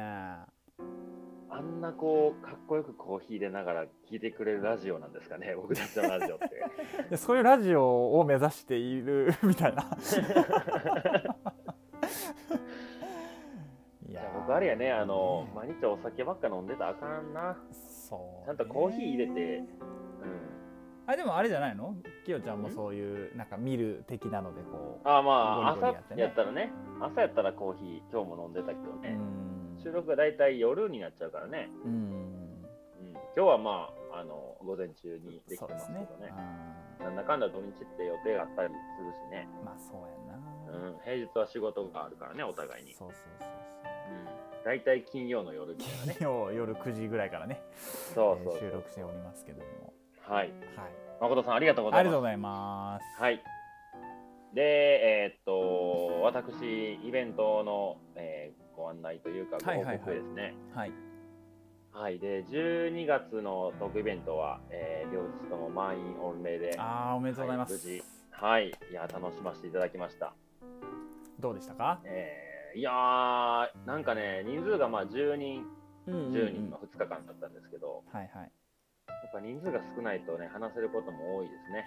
S2: あんなこう、かっこよくコーヒー入れながら聞いてくれるラジオなんです
S1: [laughs]
S2: かね、僕たちのラジオって。
S1: でそういうラジオを目指しているみ [laughs] たいな。い
S2: い
S1: や
S2: や
S1: ー
S2: 僕あれやね、あの、毎日お酒ばっか飲んでたらあかんな。
S1: そうね、
S2: ちゃんとコーヒー入れてうん。
S1: あでもあれじゃないのきよちゃんもそういうなんか見る的なのでこう
S2: あま
S1: ゴ
S2: あ、
S1: リゴ
S2: 朝
S1: リやってね
S2: やったらね、朝やったらコーヒー、今日も飲んでたけど
S1: う
S2: ね。
S1: ん
S2: 収録がだいたい夜になっちゃうからね。
S1: うん
S2: うん。今日はまあ、あの、午前中にでき
S1: そう
S2: て
S1: で
S2: ますすけど
S1: ね
S2: ね。
S1: あ
S2: なんだかんだ土日って予定があったりするしね。
S1: ーまあそうやな、
S2: うん。平日は仕事があるからね、お互いに。
S1: そうそうそう
S2: うん。だいたい金曜の夜みたいな
S1: そう。
S2: ね
S1: [laughs] 今日夜9時ぐらいからね
S2: そうそう
S1: えー
S2: そ
S1: 収
S2: う。
S1: 録しておりますけども
S2: は
S1: は
S2: い。
S1: い
S2: 誠さん、ありがとうご
S1: あ
S2: ざい
S1: りがとう
S2: ます
S1: ご。ざいます
S2: はい。で、えーっと、私、イベントの、えーご案内というか、ご
S1: はいはい
S2: 報
S1: はい
S2: 告ですね。
S1: はい
S2: はいで、12月のトークイベントは、えー両日とも満員御礼で、
S1: あーおめでとうございます、
S2: はい無事はい、いや、楽しませていただきました。
S1: どうでしたか、
S2: えーいやー、なんかね、人数がまあ10人、
S1: うんうんうん
S2: 10人の2日間だったんですけど、
S1: はいはい
S2: やっぱ人数が少ないとね、話せることも多いですね。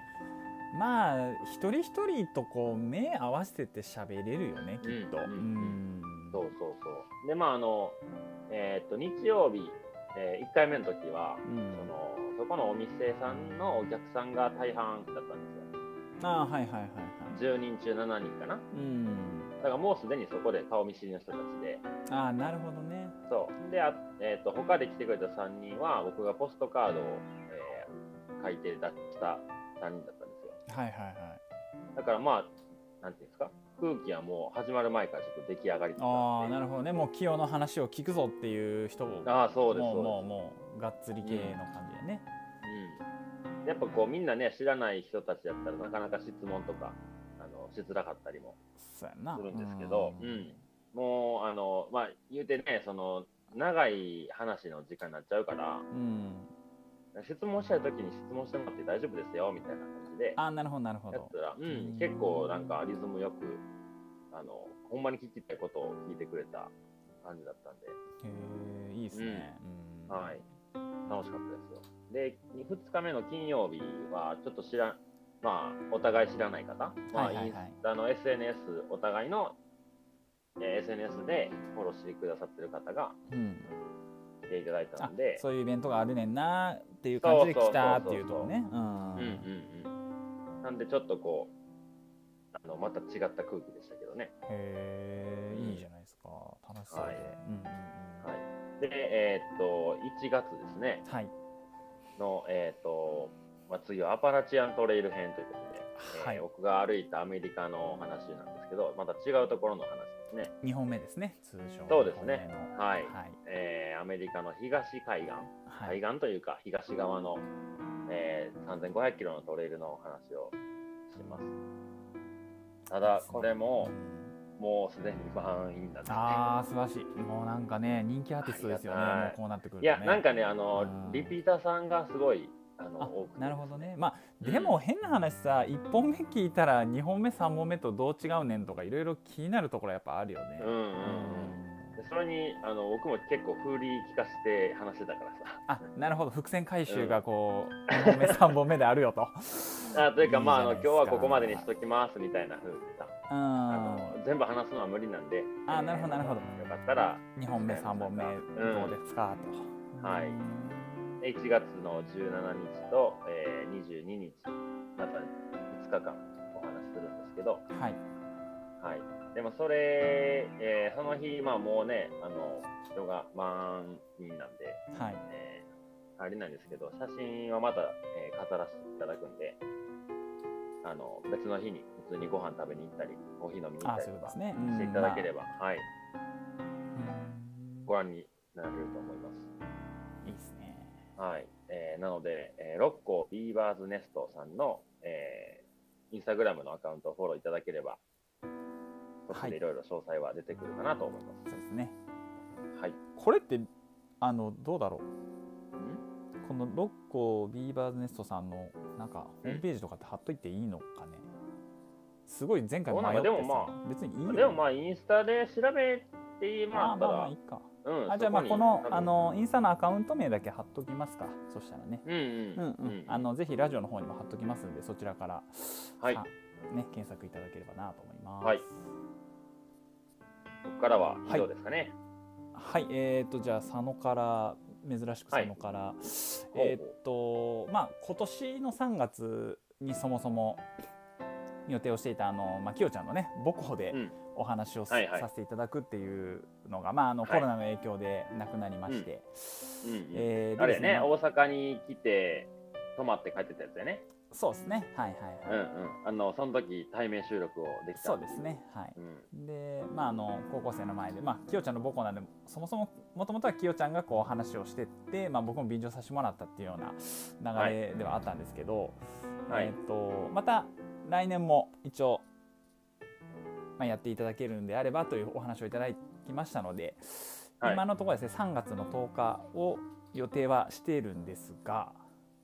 S1: まあ一人一人とこう目合わせて喋れるよねきっと
S2: うんう
S1: うん
S2: んそうそうそう。で、まあ、あの、えーっと、日曜日、え1回目の時は、
S1: うん
S2: そのそこのお店さんのお客さんが大半だったんで
S1: あーはいはいはいはい
S2: すよ10人中7人かな
S1: うん
S2: だからもうすでにそこで顔見知りの人たちで
S1: ああなるほどね
S2: そうであ、えー、と他で来てくれた3人は僕がポストカードを、えー書いて出した3人だったんですよ
S1: はいはいはい
S2: だからまあなんていうんですか空気はもう始まる前からちょっと出来上がりつつ
S1: ああな
S2: る
S1: るほどねもう清の話を聞くぞっていう人を
S2: ああそうです
S1: も
S2: そうう
S1: も
S2: で
S1: うもうがっつり系の感じだね、
S2: す、うん、やっぱこうみんなね知らない人たちだったらなかなか質問とかあのしづらかったりも
S1: そうやな
S2: するんですけどうんもうあのまあ言うてねその長い話の時間になっちゃうから
S1: うん、うん
S2: 質問したい時に質問してもらって大丈夫ですよみたいな感じでや
S1: ああなるほどなるほど
S2: ったら、うん、結構なんかリズムよくあのほんまに聞きたいことを聞いてくれた感じだったんで、
S1: へえいいですね、うん
S2: はい、楽しかったですよで2日目の金曜日はちょっと知らんまあお互い知らない方、ま
S1: は
S2: あ、
S1: いはいはい
S2: インスタの SNS お互いの、えー SNS でフォローしてくださってる方が
S1: うん、
S2: 来ていただいた
S1: あ
S2: ので、
S1: そういうイベントがあるねんなっていう感じで来たっていうとこねう
S2: うんんうんうん、なんでちょっとこうあのまた違った空気でしたけどね、
S1: へえいいじゃないですか楽しそうで、
S2: はい
S1: うんうんうん
S2: はい、でえーっと1月ですね
S1: はい
S2: のえーっと、まあ、次はアパラチアントレイル編ということでえー
S1: はい
S2: 僕が歩いたアメリカの話なんですけどまた違うところの話ですね、
S1: 2本目ですね通常
S2: そうですね
S1: 二本目の
S2: はい
S1: はい
S2: えーアメリカの東海岸
S1: は
S2: 海
S1: い
S2: 岸というか東側の、えー3500キロのトレイルのお話をしますただこれももうすでに満員だった
S1: あー素晴らしいもうなんかね人気アーティストですよね
S2: ありがたい
S1: もうこうなってくると
S2: ね
S1: ね
S2: いやなんかねあの
S1: うん
S2: リピーターさんがすごいあの
S1: あ
S2: 多くて
S1: なるほどねまあでも変な話さ1本目聞いたら2本目3本目とどう違うねんとかいろいろ気になるところやっぱあるよね
S2: うんうんうんでそれにあの僕も結構風鈴聞かせて話してたからさ
S1: あなるほど伏線回収がこう、2本目3本
S2: [laughs]
S1: 目であるよと
S2: あというかまああの
S1: いい
S2: 今
S1: じゃないですか
S2: 日はここまでにしときますみたいな風にさ
S1: うん
S2: あの全部話すのは無理なんで
S1: あなるほどなるほど
S2: よかったら
S1: 2本目3本目どうですか、と
S2: はい1月の17日と、えー22日また2日間お話しするんですけど、
S1: はい
S2: はい、でもそれ、えーその日、まあ、もうねあの人が満員なんで、
S1: はい
S2: えーあれなんですけど写真はまた、えー飾らせていただくんであの別の日に普通にご飯食べに行ったりコーヒー飲みに行っ
S1: あ
S2: た
S1: そう
S2: り
S1: いうこと
S2: とか
S1: です
S2: し
S1: ね
S2: ていただければ、はい、
S1: うんまあ
S2: ご覧になれると思います。
S1: うんいいですね
S2: はい、えーなので、えー、六甲ビーバーズネストさんの、えーインスタグラムのアカウントをフォローいただければ、そっち
S1: はい
S2: でいろいろ詳細は出てくるかなと思いま
S1: そうですね
S2: す。はい。
S1: これってあのどうだろうこの六甲ビーバーズネストさんのなんかホームページとかって貼っといていいのかねすごい前回迷ってさ
S2: どうなのでもま
S1: 別にいいよ
S2: でもまあ、インスタで調べて
S1: まあ
S2: まった
S1: まあ
S2: ら、
S1: まあいいか
S2: うん、
S1: あじゃあまあ
S2: そ
S1: こ
S2: に
S1: の
S2: 多分
S1: あ、のインスタのアカウント名だけ貼っときますかそしたらね
S2: うん
S1: う
S2: うんん、
S1: うんあのぜひラジオの方にも貼っときますんでそちらから
S2: はい
S1: さね検索いただければなと思います
S2: はいここからは以
S1: は
S2: 上
S1: い
S2: ですかね。
S1: はい、えー、とじゃあ佐野から珍しく佐野から、えーっとまあ今年の3月にそもそも予定をしていたあのまあきよちゃんのね母校で
S2: うん
S1: お話をす、
S2: はいはい
S1: させていただくっていうのがまああの
S2: はい
S1: コロナの影響でなくなりまして、
S2: うんうん
S1: えー
S2: あ
S1: で
S2: れ
S1: です
S2: やね、大阪に来て、泊まって帰ってたやつやね。
S1: そうですねはいはい
S2: うんう
S1: はい、
S2: ん。あの、その時、対面収録をできた。
S1: そうです。ねはい。
S2: うん。
S1: でまあ、あの高校生の前で、まあ、きよちゃんの母校なんでそもそももともとはきよちゃんがこう話をしてって、まあ、僕も便乗させてもらったっていうような流れではあったんですけど、
S2: はい
S1: えー、とまた来年も一応、まあ、やっていただけるんであればというお話をいただきましたので、
S2: はい
S1: 今のところですね3月の10日を予定はしているんですが。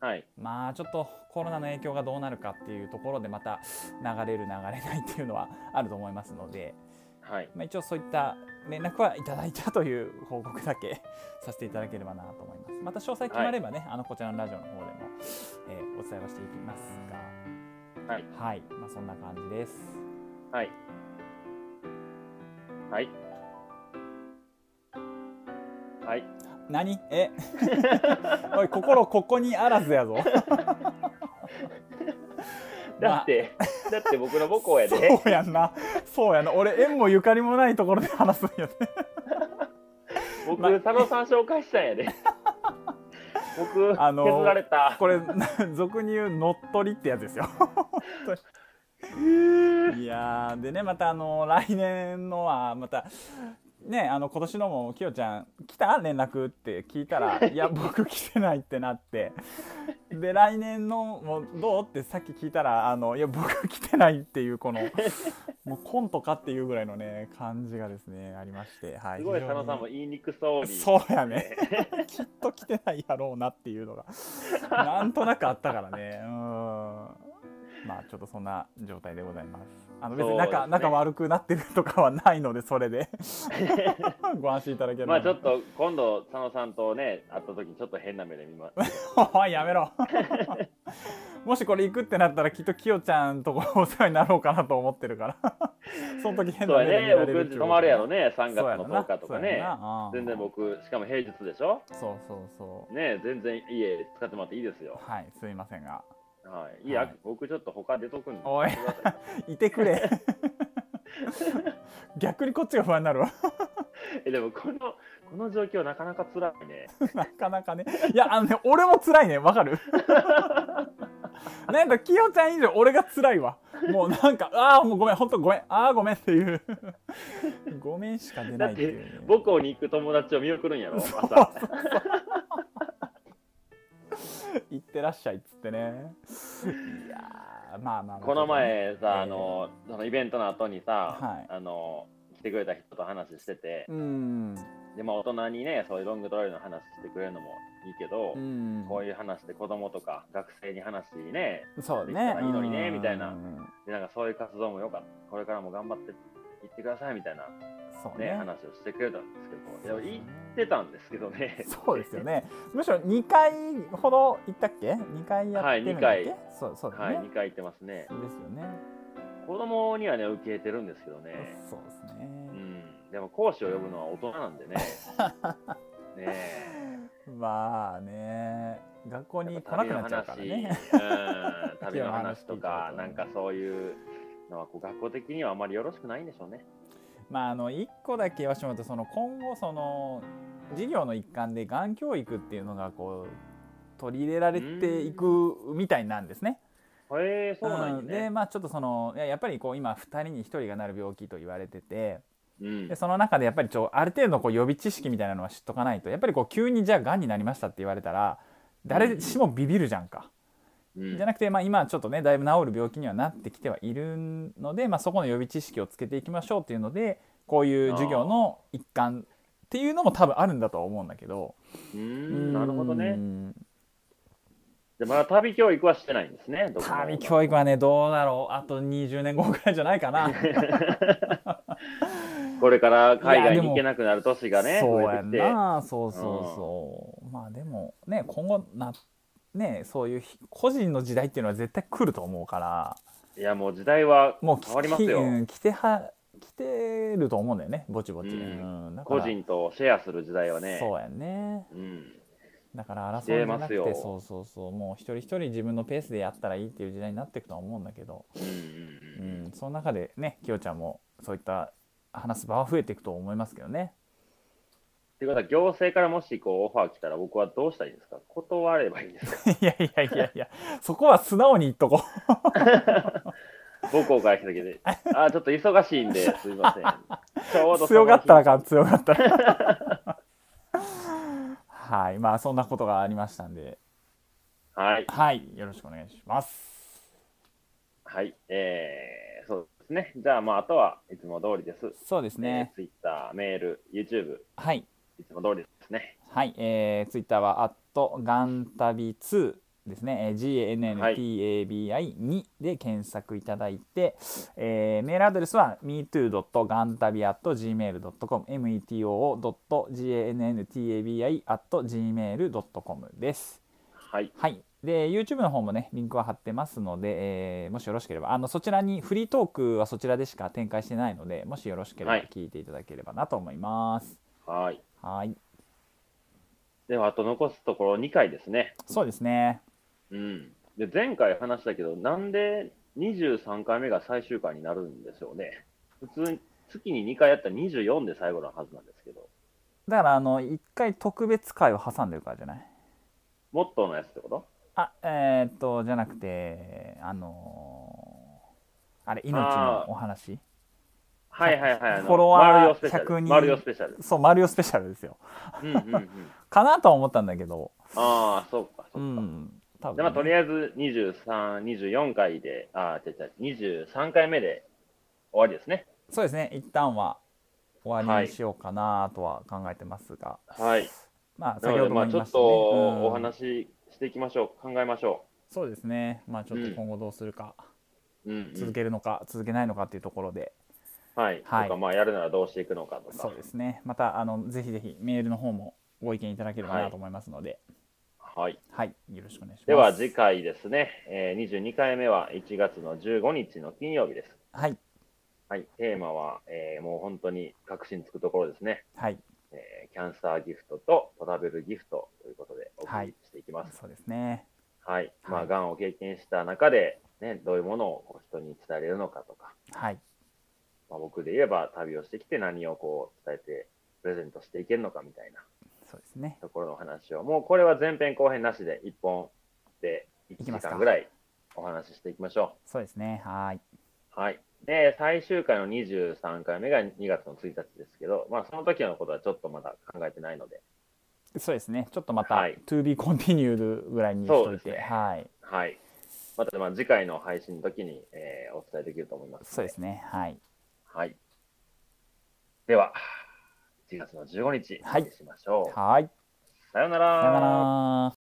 S2: はい。
S1: まあちょっとコロナの影響がどうなるかっていうところでまた流れる流れないっていうのはあると思いますので、
S2: はい。
S1: まあ、一応そういった連絡はいただいたという報告だけさせていただければなと思います。また詳細決まればね、あのこちらのラジオの方でも、えーお伝えはしていきます
S2: はい。
S1: が、はい、まあ、そんな感じです。
S2: はい。はい。はい。。
S1: 何え [laughs] おい心ここにあらずや [laughs] ぞ
S2: だって、だって僕の母校やで。
S1: そうやんなそうやな俺縁もゆかりもないところで話すんやね
S2: 僕、
S1: ま
S2: 佐野さん紹介したんや
S1: [laughs]
S2: で。僕、
S1: あのー
S2: 削られた。
S1: これ [laughs] な俗に言う乗っ取りってやつですよ [laughs] 本当にいやーでねまたあの来年のはまたねあの今年のもきよちゃん来た連絡って聞いた
S2: [laughs]
S1: ら「いや僕来てない」ってなってで来年のもどうってさっき聞いたら「あのいや僕来てない」っていうこ
S2: [laughs]
S1: のもうコントかっていうぐらいのね感じがですねありまして、はい、
S2: すごい
S1: 非
S2: 佐
S1: 常に
S2: 野さんも言いにくそうに。
S1: そうやねきっと来てないやろうなっていう
S2: [laughs]
S1: のがなんとなくあったからねうんまあちょっとそんな状態でございますあの別に
S2: そうで
S1: 仲,、
S2: すね
S1: 仲悪くなってるとかはないのでそれ
S2: [laughs]
S1: でご安心いただければ
S2: まあちょっと今度佐野さんとね会った時にちょっと変な目で見ます。
S1: おいやめ
S2: [laughs]
S1: ろもしこれ行くってなったらきっときよちゃんとこお世話になろうかなと思ってるから
S2: [laughs]
S1: その時変
S2: そう
S1: な
S2: や
S1: 目で見
S2: ね、
S1: られ
S2: 僕
S1: る
S2: んち泊まるやろ
S1: ね
S2: ね、3月の10日とかね。全
S1: 全
S2: 然僕、しかも平日でしょ
S1: そうそうそう
S2: ね全然家使ってもらっていいですよ。
S1: はいすいませんが
S2: はい、いや、
S1: はい
S2: 僕ちょっと他出とくんで。
S1: おい
S2: ください
S1: いてくれ [laughs] 逆にこっちが不安になるわ [laughs]
S2: えでもこのこの状況なかなか辛いね。 [laughs]
S1: なかなかねいやあのね俺も辛いねわかるなんかきよちゃん以上俺が辛いわもうなんかああもうごめん本当ごめんああごめんっていう [laughs] ごめんしか出
S2: だ
S1: ない
S2: っ
S1: ってい
S2: て
S1: うね、
S2: 母校に行く友達を見送る
S1: [laughs]
S2: んやろ朝
S1: 行ってらっしゃいっつってねいやーまあまあまあ
S2: この前
S1: ええ
S2: さあのそのイベントの後にさ、
S1: はい
S2: あの来てくれた人と話してて
S1: うん
S2: でまあ大人にねそういうロングトレイルの話してくれるのもいいけど、
S1: うん
S2: こういう話で子供とか学生に話ね
S1: そう
S2: できた
S1: ね
S2: らいいのにね
S1: うん
S2: みたいなでなんかそういう活動も良かったこれからも頑張っていってくださいみたいな、
S1: そう
S2: ね
S1: ね
S2: 話をしてくれたんですけどいや言ってたんですけどね
S1: そうですよね。むしろ二回ほど行ったっけ？二回やってるんだっけ？
S2: はい
S1: そうそうだ
S2: はい
S1: ね。
S2: 2回言ってますね
S1: ですよね。
S2: 子供にはね受け入れてるんですけどね
S1: そうです
S2: う
S1: ね。
S2: んでも講師を呼ぶのは大人なんでねね
S1: [laughs]
S2: え
S1: まあね、学校に来なくなっちゃうからね。
S2: うん旅の話
S1: 旅の話聞
S2: とか
S1: いちゃうとね
S2: なんかそういうのはこう学校的にはあまりよろしくないんでしょうね。
S1: [laughs] まああの一個だけ言わせてもらうと、その今後その授業の一環でがん教育っていうのがこう取り入れられていくみたいなんですね。
S2: へえそうなん
S1: う
S2: よ
S1: んで
S2: ね。
S1: まあちょっとそのいややっぱりこう今二人に一人がなる病気と言われてて。
S2: うん
S1: でその中でやっぱりちょある程度のこう予備知識みたいなのは知っとかないとやっぱりこう急にじゃあがんになりましたって言われたら誰しもビビるじゃんか。
S2: うん
S1: じゃなくて、まあ、今ちょっとねだいぶ治る病気にはなってきてはいるので、まあ、そこの予備知識をつけていきましょうっていうのでこういう授業の一環っていうのも多分あるんだとは思うんだけど。
S2: うーんなるほど
S1: う
S2: ね。
S1: ん
S2: でまだ旅教育はしてないんですね。どこも
S1: 旅教育はねどうだろうあと20年後ぐらいじゃないかな。
S2: これから海
S1: いやで
S2: 外
S1: も
S2: に行けなくなる年がね
S1: そう
S2: 増え
S1: や
S2: て
S1: ん
S2: きて。
S1: なそうそうそう、まあでもね今後なねそういうひ個人の時代っていうのは絶対来ると思うから
S2: いやもう時代は
S1: もう
S2: 変わりますよ
S1: うん来ては来てると思うんだよねぼちぼち、
S2: うん
S1: うんだか
S2: 個
S1: ら
S2: 人とシェアする時代はね。
S1: そうやんね
S2: うん
S1: だから争い
S2: 来て
S1: じゃな
S2: ま
S1: く
S2: す
S1: て
S2: よ
S1: そうそうそうもう一人一人自分のペースでやったらいいっていう時代になっていくとは思うんだけど、
S2: うんうん
S1: う
S2: うん
S1: ん、その中でねきよちゃんもそういった話す場は増えていくと思いますけどね [laughs]
S2: ってことは行政からもしこうオファー来たら僕はどうしたらいいんですか断ればいいん
S1: [laughs]
S2: ですか
S1: いやいやいやいやそこは素直に言っとこう
S2: 母校から来たけど、あ、ちょっと忙しいんで、
S1: [laughs]
S2: すみません。ちょうどその日
S1: 強がったらあかん強がったらはいまあそんなことがありましたんで
S2: はい、
S1: はいよろしくお願いします
S2: はい、えー、そうですね。じゃあ、まあ、あとはいつも通りです。
S1: そうですね
S2: えー、Twitter、メール、YouTube、
S1: はい
S2: いつも通りですね。
S1: はいえー、ツイッターは「アットガンタビ2」ですね、えー、GANNTABI2 で検索いただいて、えーメールアドレスは metoo.gantabi.gmail.com metoo.gantabi.gmail.com です
S2: はい、
S1: はい。で、YouTube の方もね、リンクは貼ってますので、えーもしよろしければ、あの、そちらにフリートークはそちらでしか展開してないので、もしよろしければ
S2: はい
S1: 聞いていただければなと思います。
S2: はい。
S1: はい。
S2: では、あと残すところ2回ですね。
S1: そうですね。
S2: うん。で、前回話したけど、なんで23回目が最終回になるんでしょうね。普通に月に2回やったら24で最後のはずなんですけど、
S1: だから、あの、一回特別会を挟んでるからじゃない
S2: モットーのやつってこと
S1: あ、えーっと、じゃなくて、あのーあれ、命のお話
S2: はいはいはい。あの
S1: フォロワー
S2: マルヨスペシャル
S1: 100人
S2: マルヨスペシャル。
S1: そう、マリオスペシャルですよ。
S2: うんうんうん。
S1: [laughs] かなとは思ったんだけど、
S2: ああ、そうか、そううか。
S1: ん。多分、
S2: でまあ、とりあえず23、24回で、ああ、違う違う、23回目で終わりですね。
S1: そうですね一旦は終わりにしようかなとは考えてますが、
S2: はい。
S1: まあ
S2: な
S1: 先
S2: の
S1: ほ
S2: で、
S1: ど
S2: ま
S1: も言
S2: あ、
S1: い
S2: ちょ
S1: ま
S2: っ
S1: した
S2: と
S1: ね、
S2: お
S1: うん
S2: 話ししていきましょう。考えましょ
S1: そうですねまあちょっ
S2: う
S1: と
S2: ん
S1: 今後どうするか、
S2: う。うん、うん
S1: 続けるのか続けないのかっていうところで
S2: はい。
S1: はい
S2: とか、まあ、やるならどうしていくのかとか。
S1: そうですねまたあのぜひぜひメールの方もご意見いただければなと思いますので、
S2: はい。
S1: はい、よろしくお願いします
S2: では、次回ですね、えー、22回目は1月の15日の金曜日です。
S1: はい
S2: はい。テーマは、えーもう本当に確信つくところですね。
S1: はい
S2: えーキャンサーギフトとトラベルギフトということでお送
S1: は
S2: り
S1: い
S2: していきます。
S1: そうですね
S2: はい、ま
S1: は
S2: あ、
S1: い
S2: がんを経験した中で、ね、どういうものをこう人に伝えれるのかとか、
S1: はい
S2: まあ、僕で言えば旅をしてきて何をこう伝えてプレゼントしていけるのかみたいな
S1: そうですね
S2: ところの話を、もうこれは前編後編なしで1本で
S1: いきま
S2: 1時
S1: すか
S2: 間ぐらいお話ししていきましょ
S1: そうですねはい、
S2: う。はい。で、最終回の23回目が2月の1日ですけど、まあ、その時のことはちょっとまだ考えてないので、
S1: そうですねちょっとまた、
S2: はい
S1: To be continued ぐらいにし
S2: そ
S1: と
S2: う
S1: い
S2: です
S1: て、
S2: ね
S1: はい
S2: はい。また、まあ、次回の配信の時に、えーお伝えできると思いますの。
S1: そうですねはい
S2: はい。では、1月の15日、
S1: はい
S2: お会いしましょう。
S1: はい
S2: さようなら。
S1: さよなら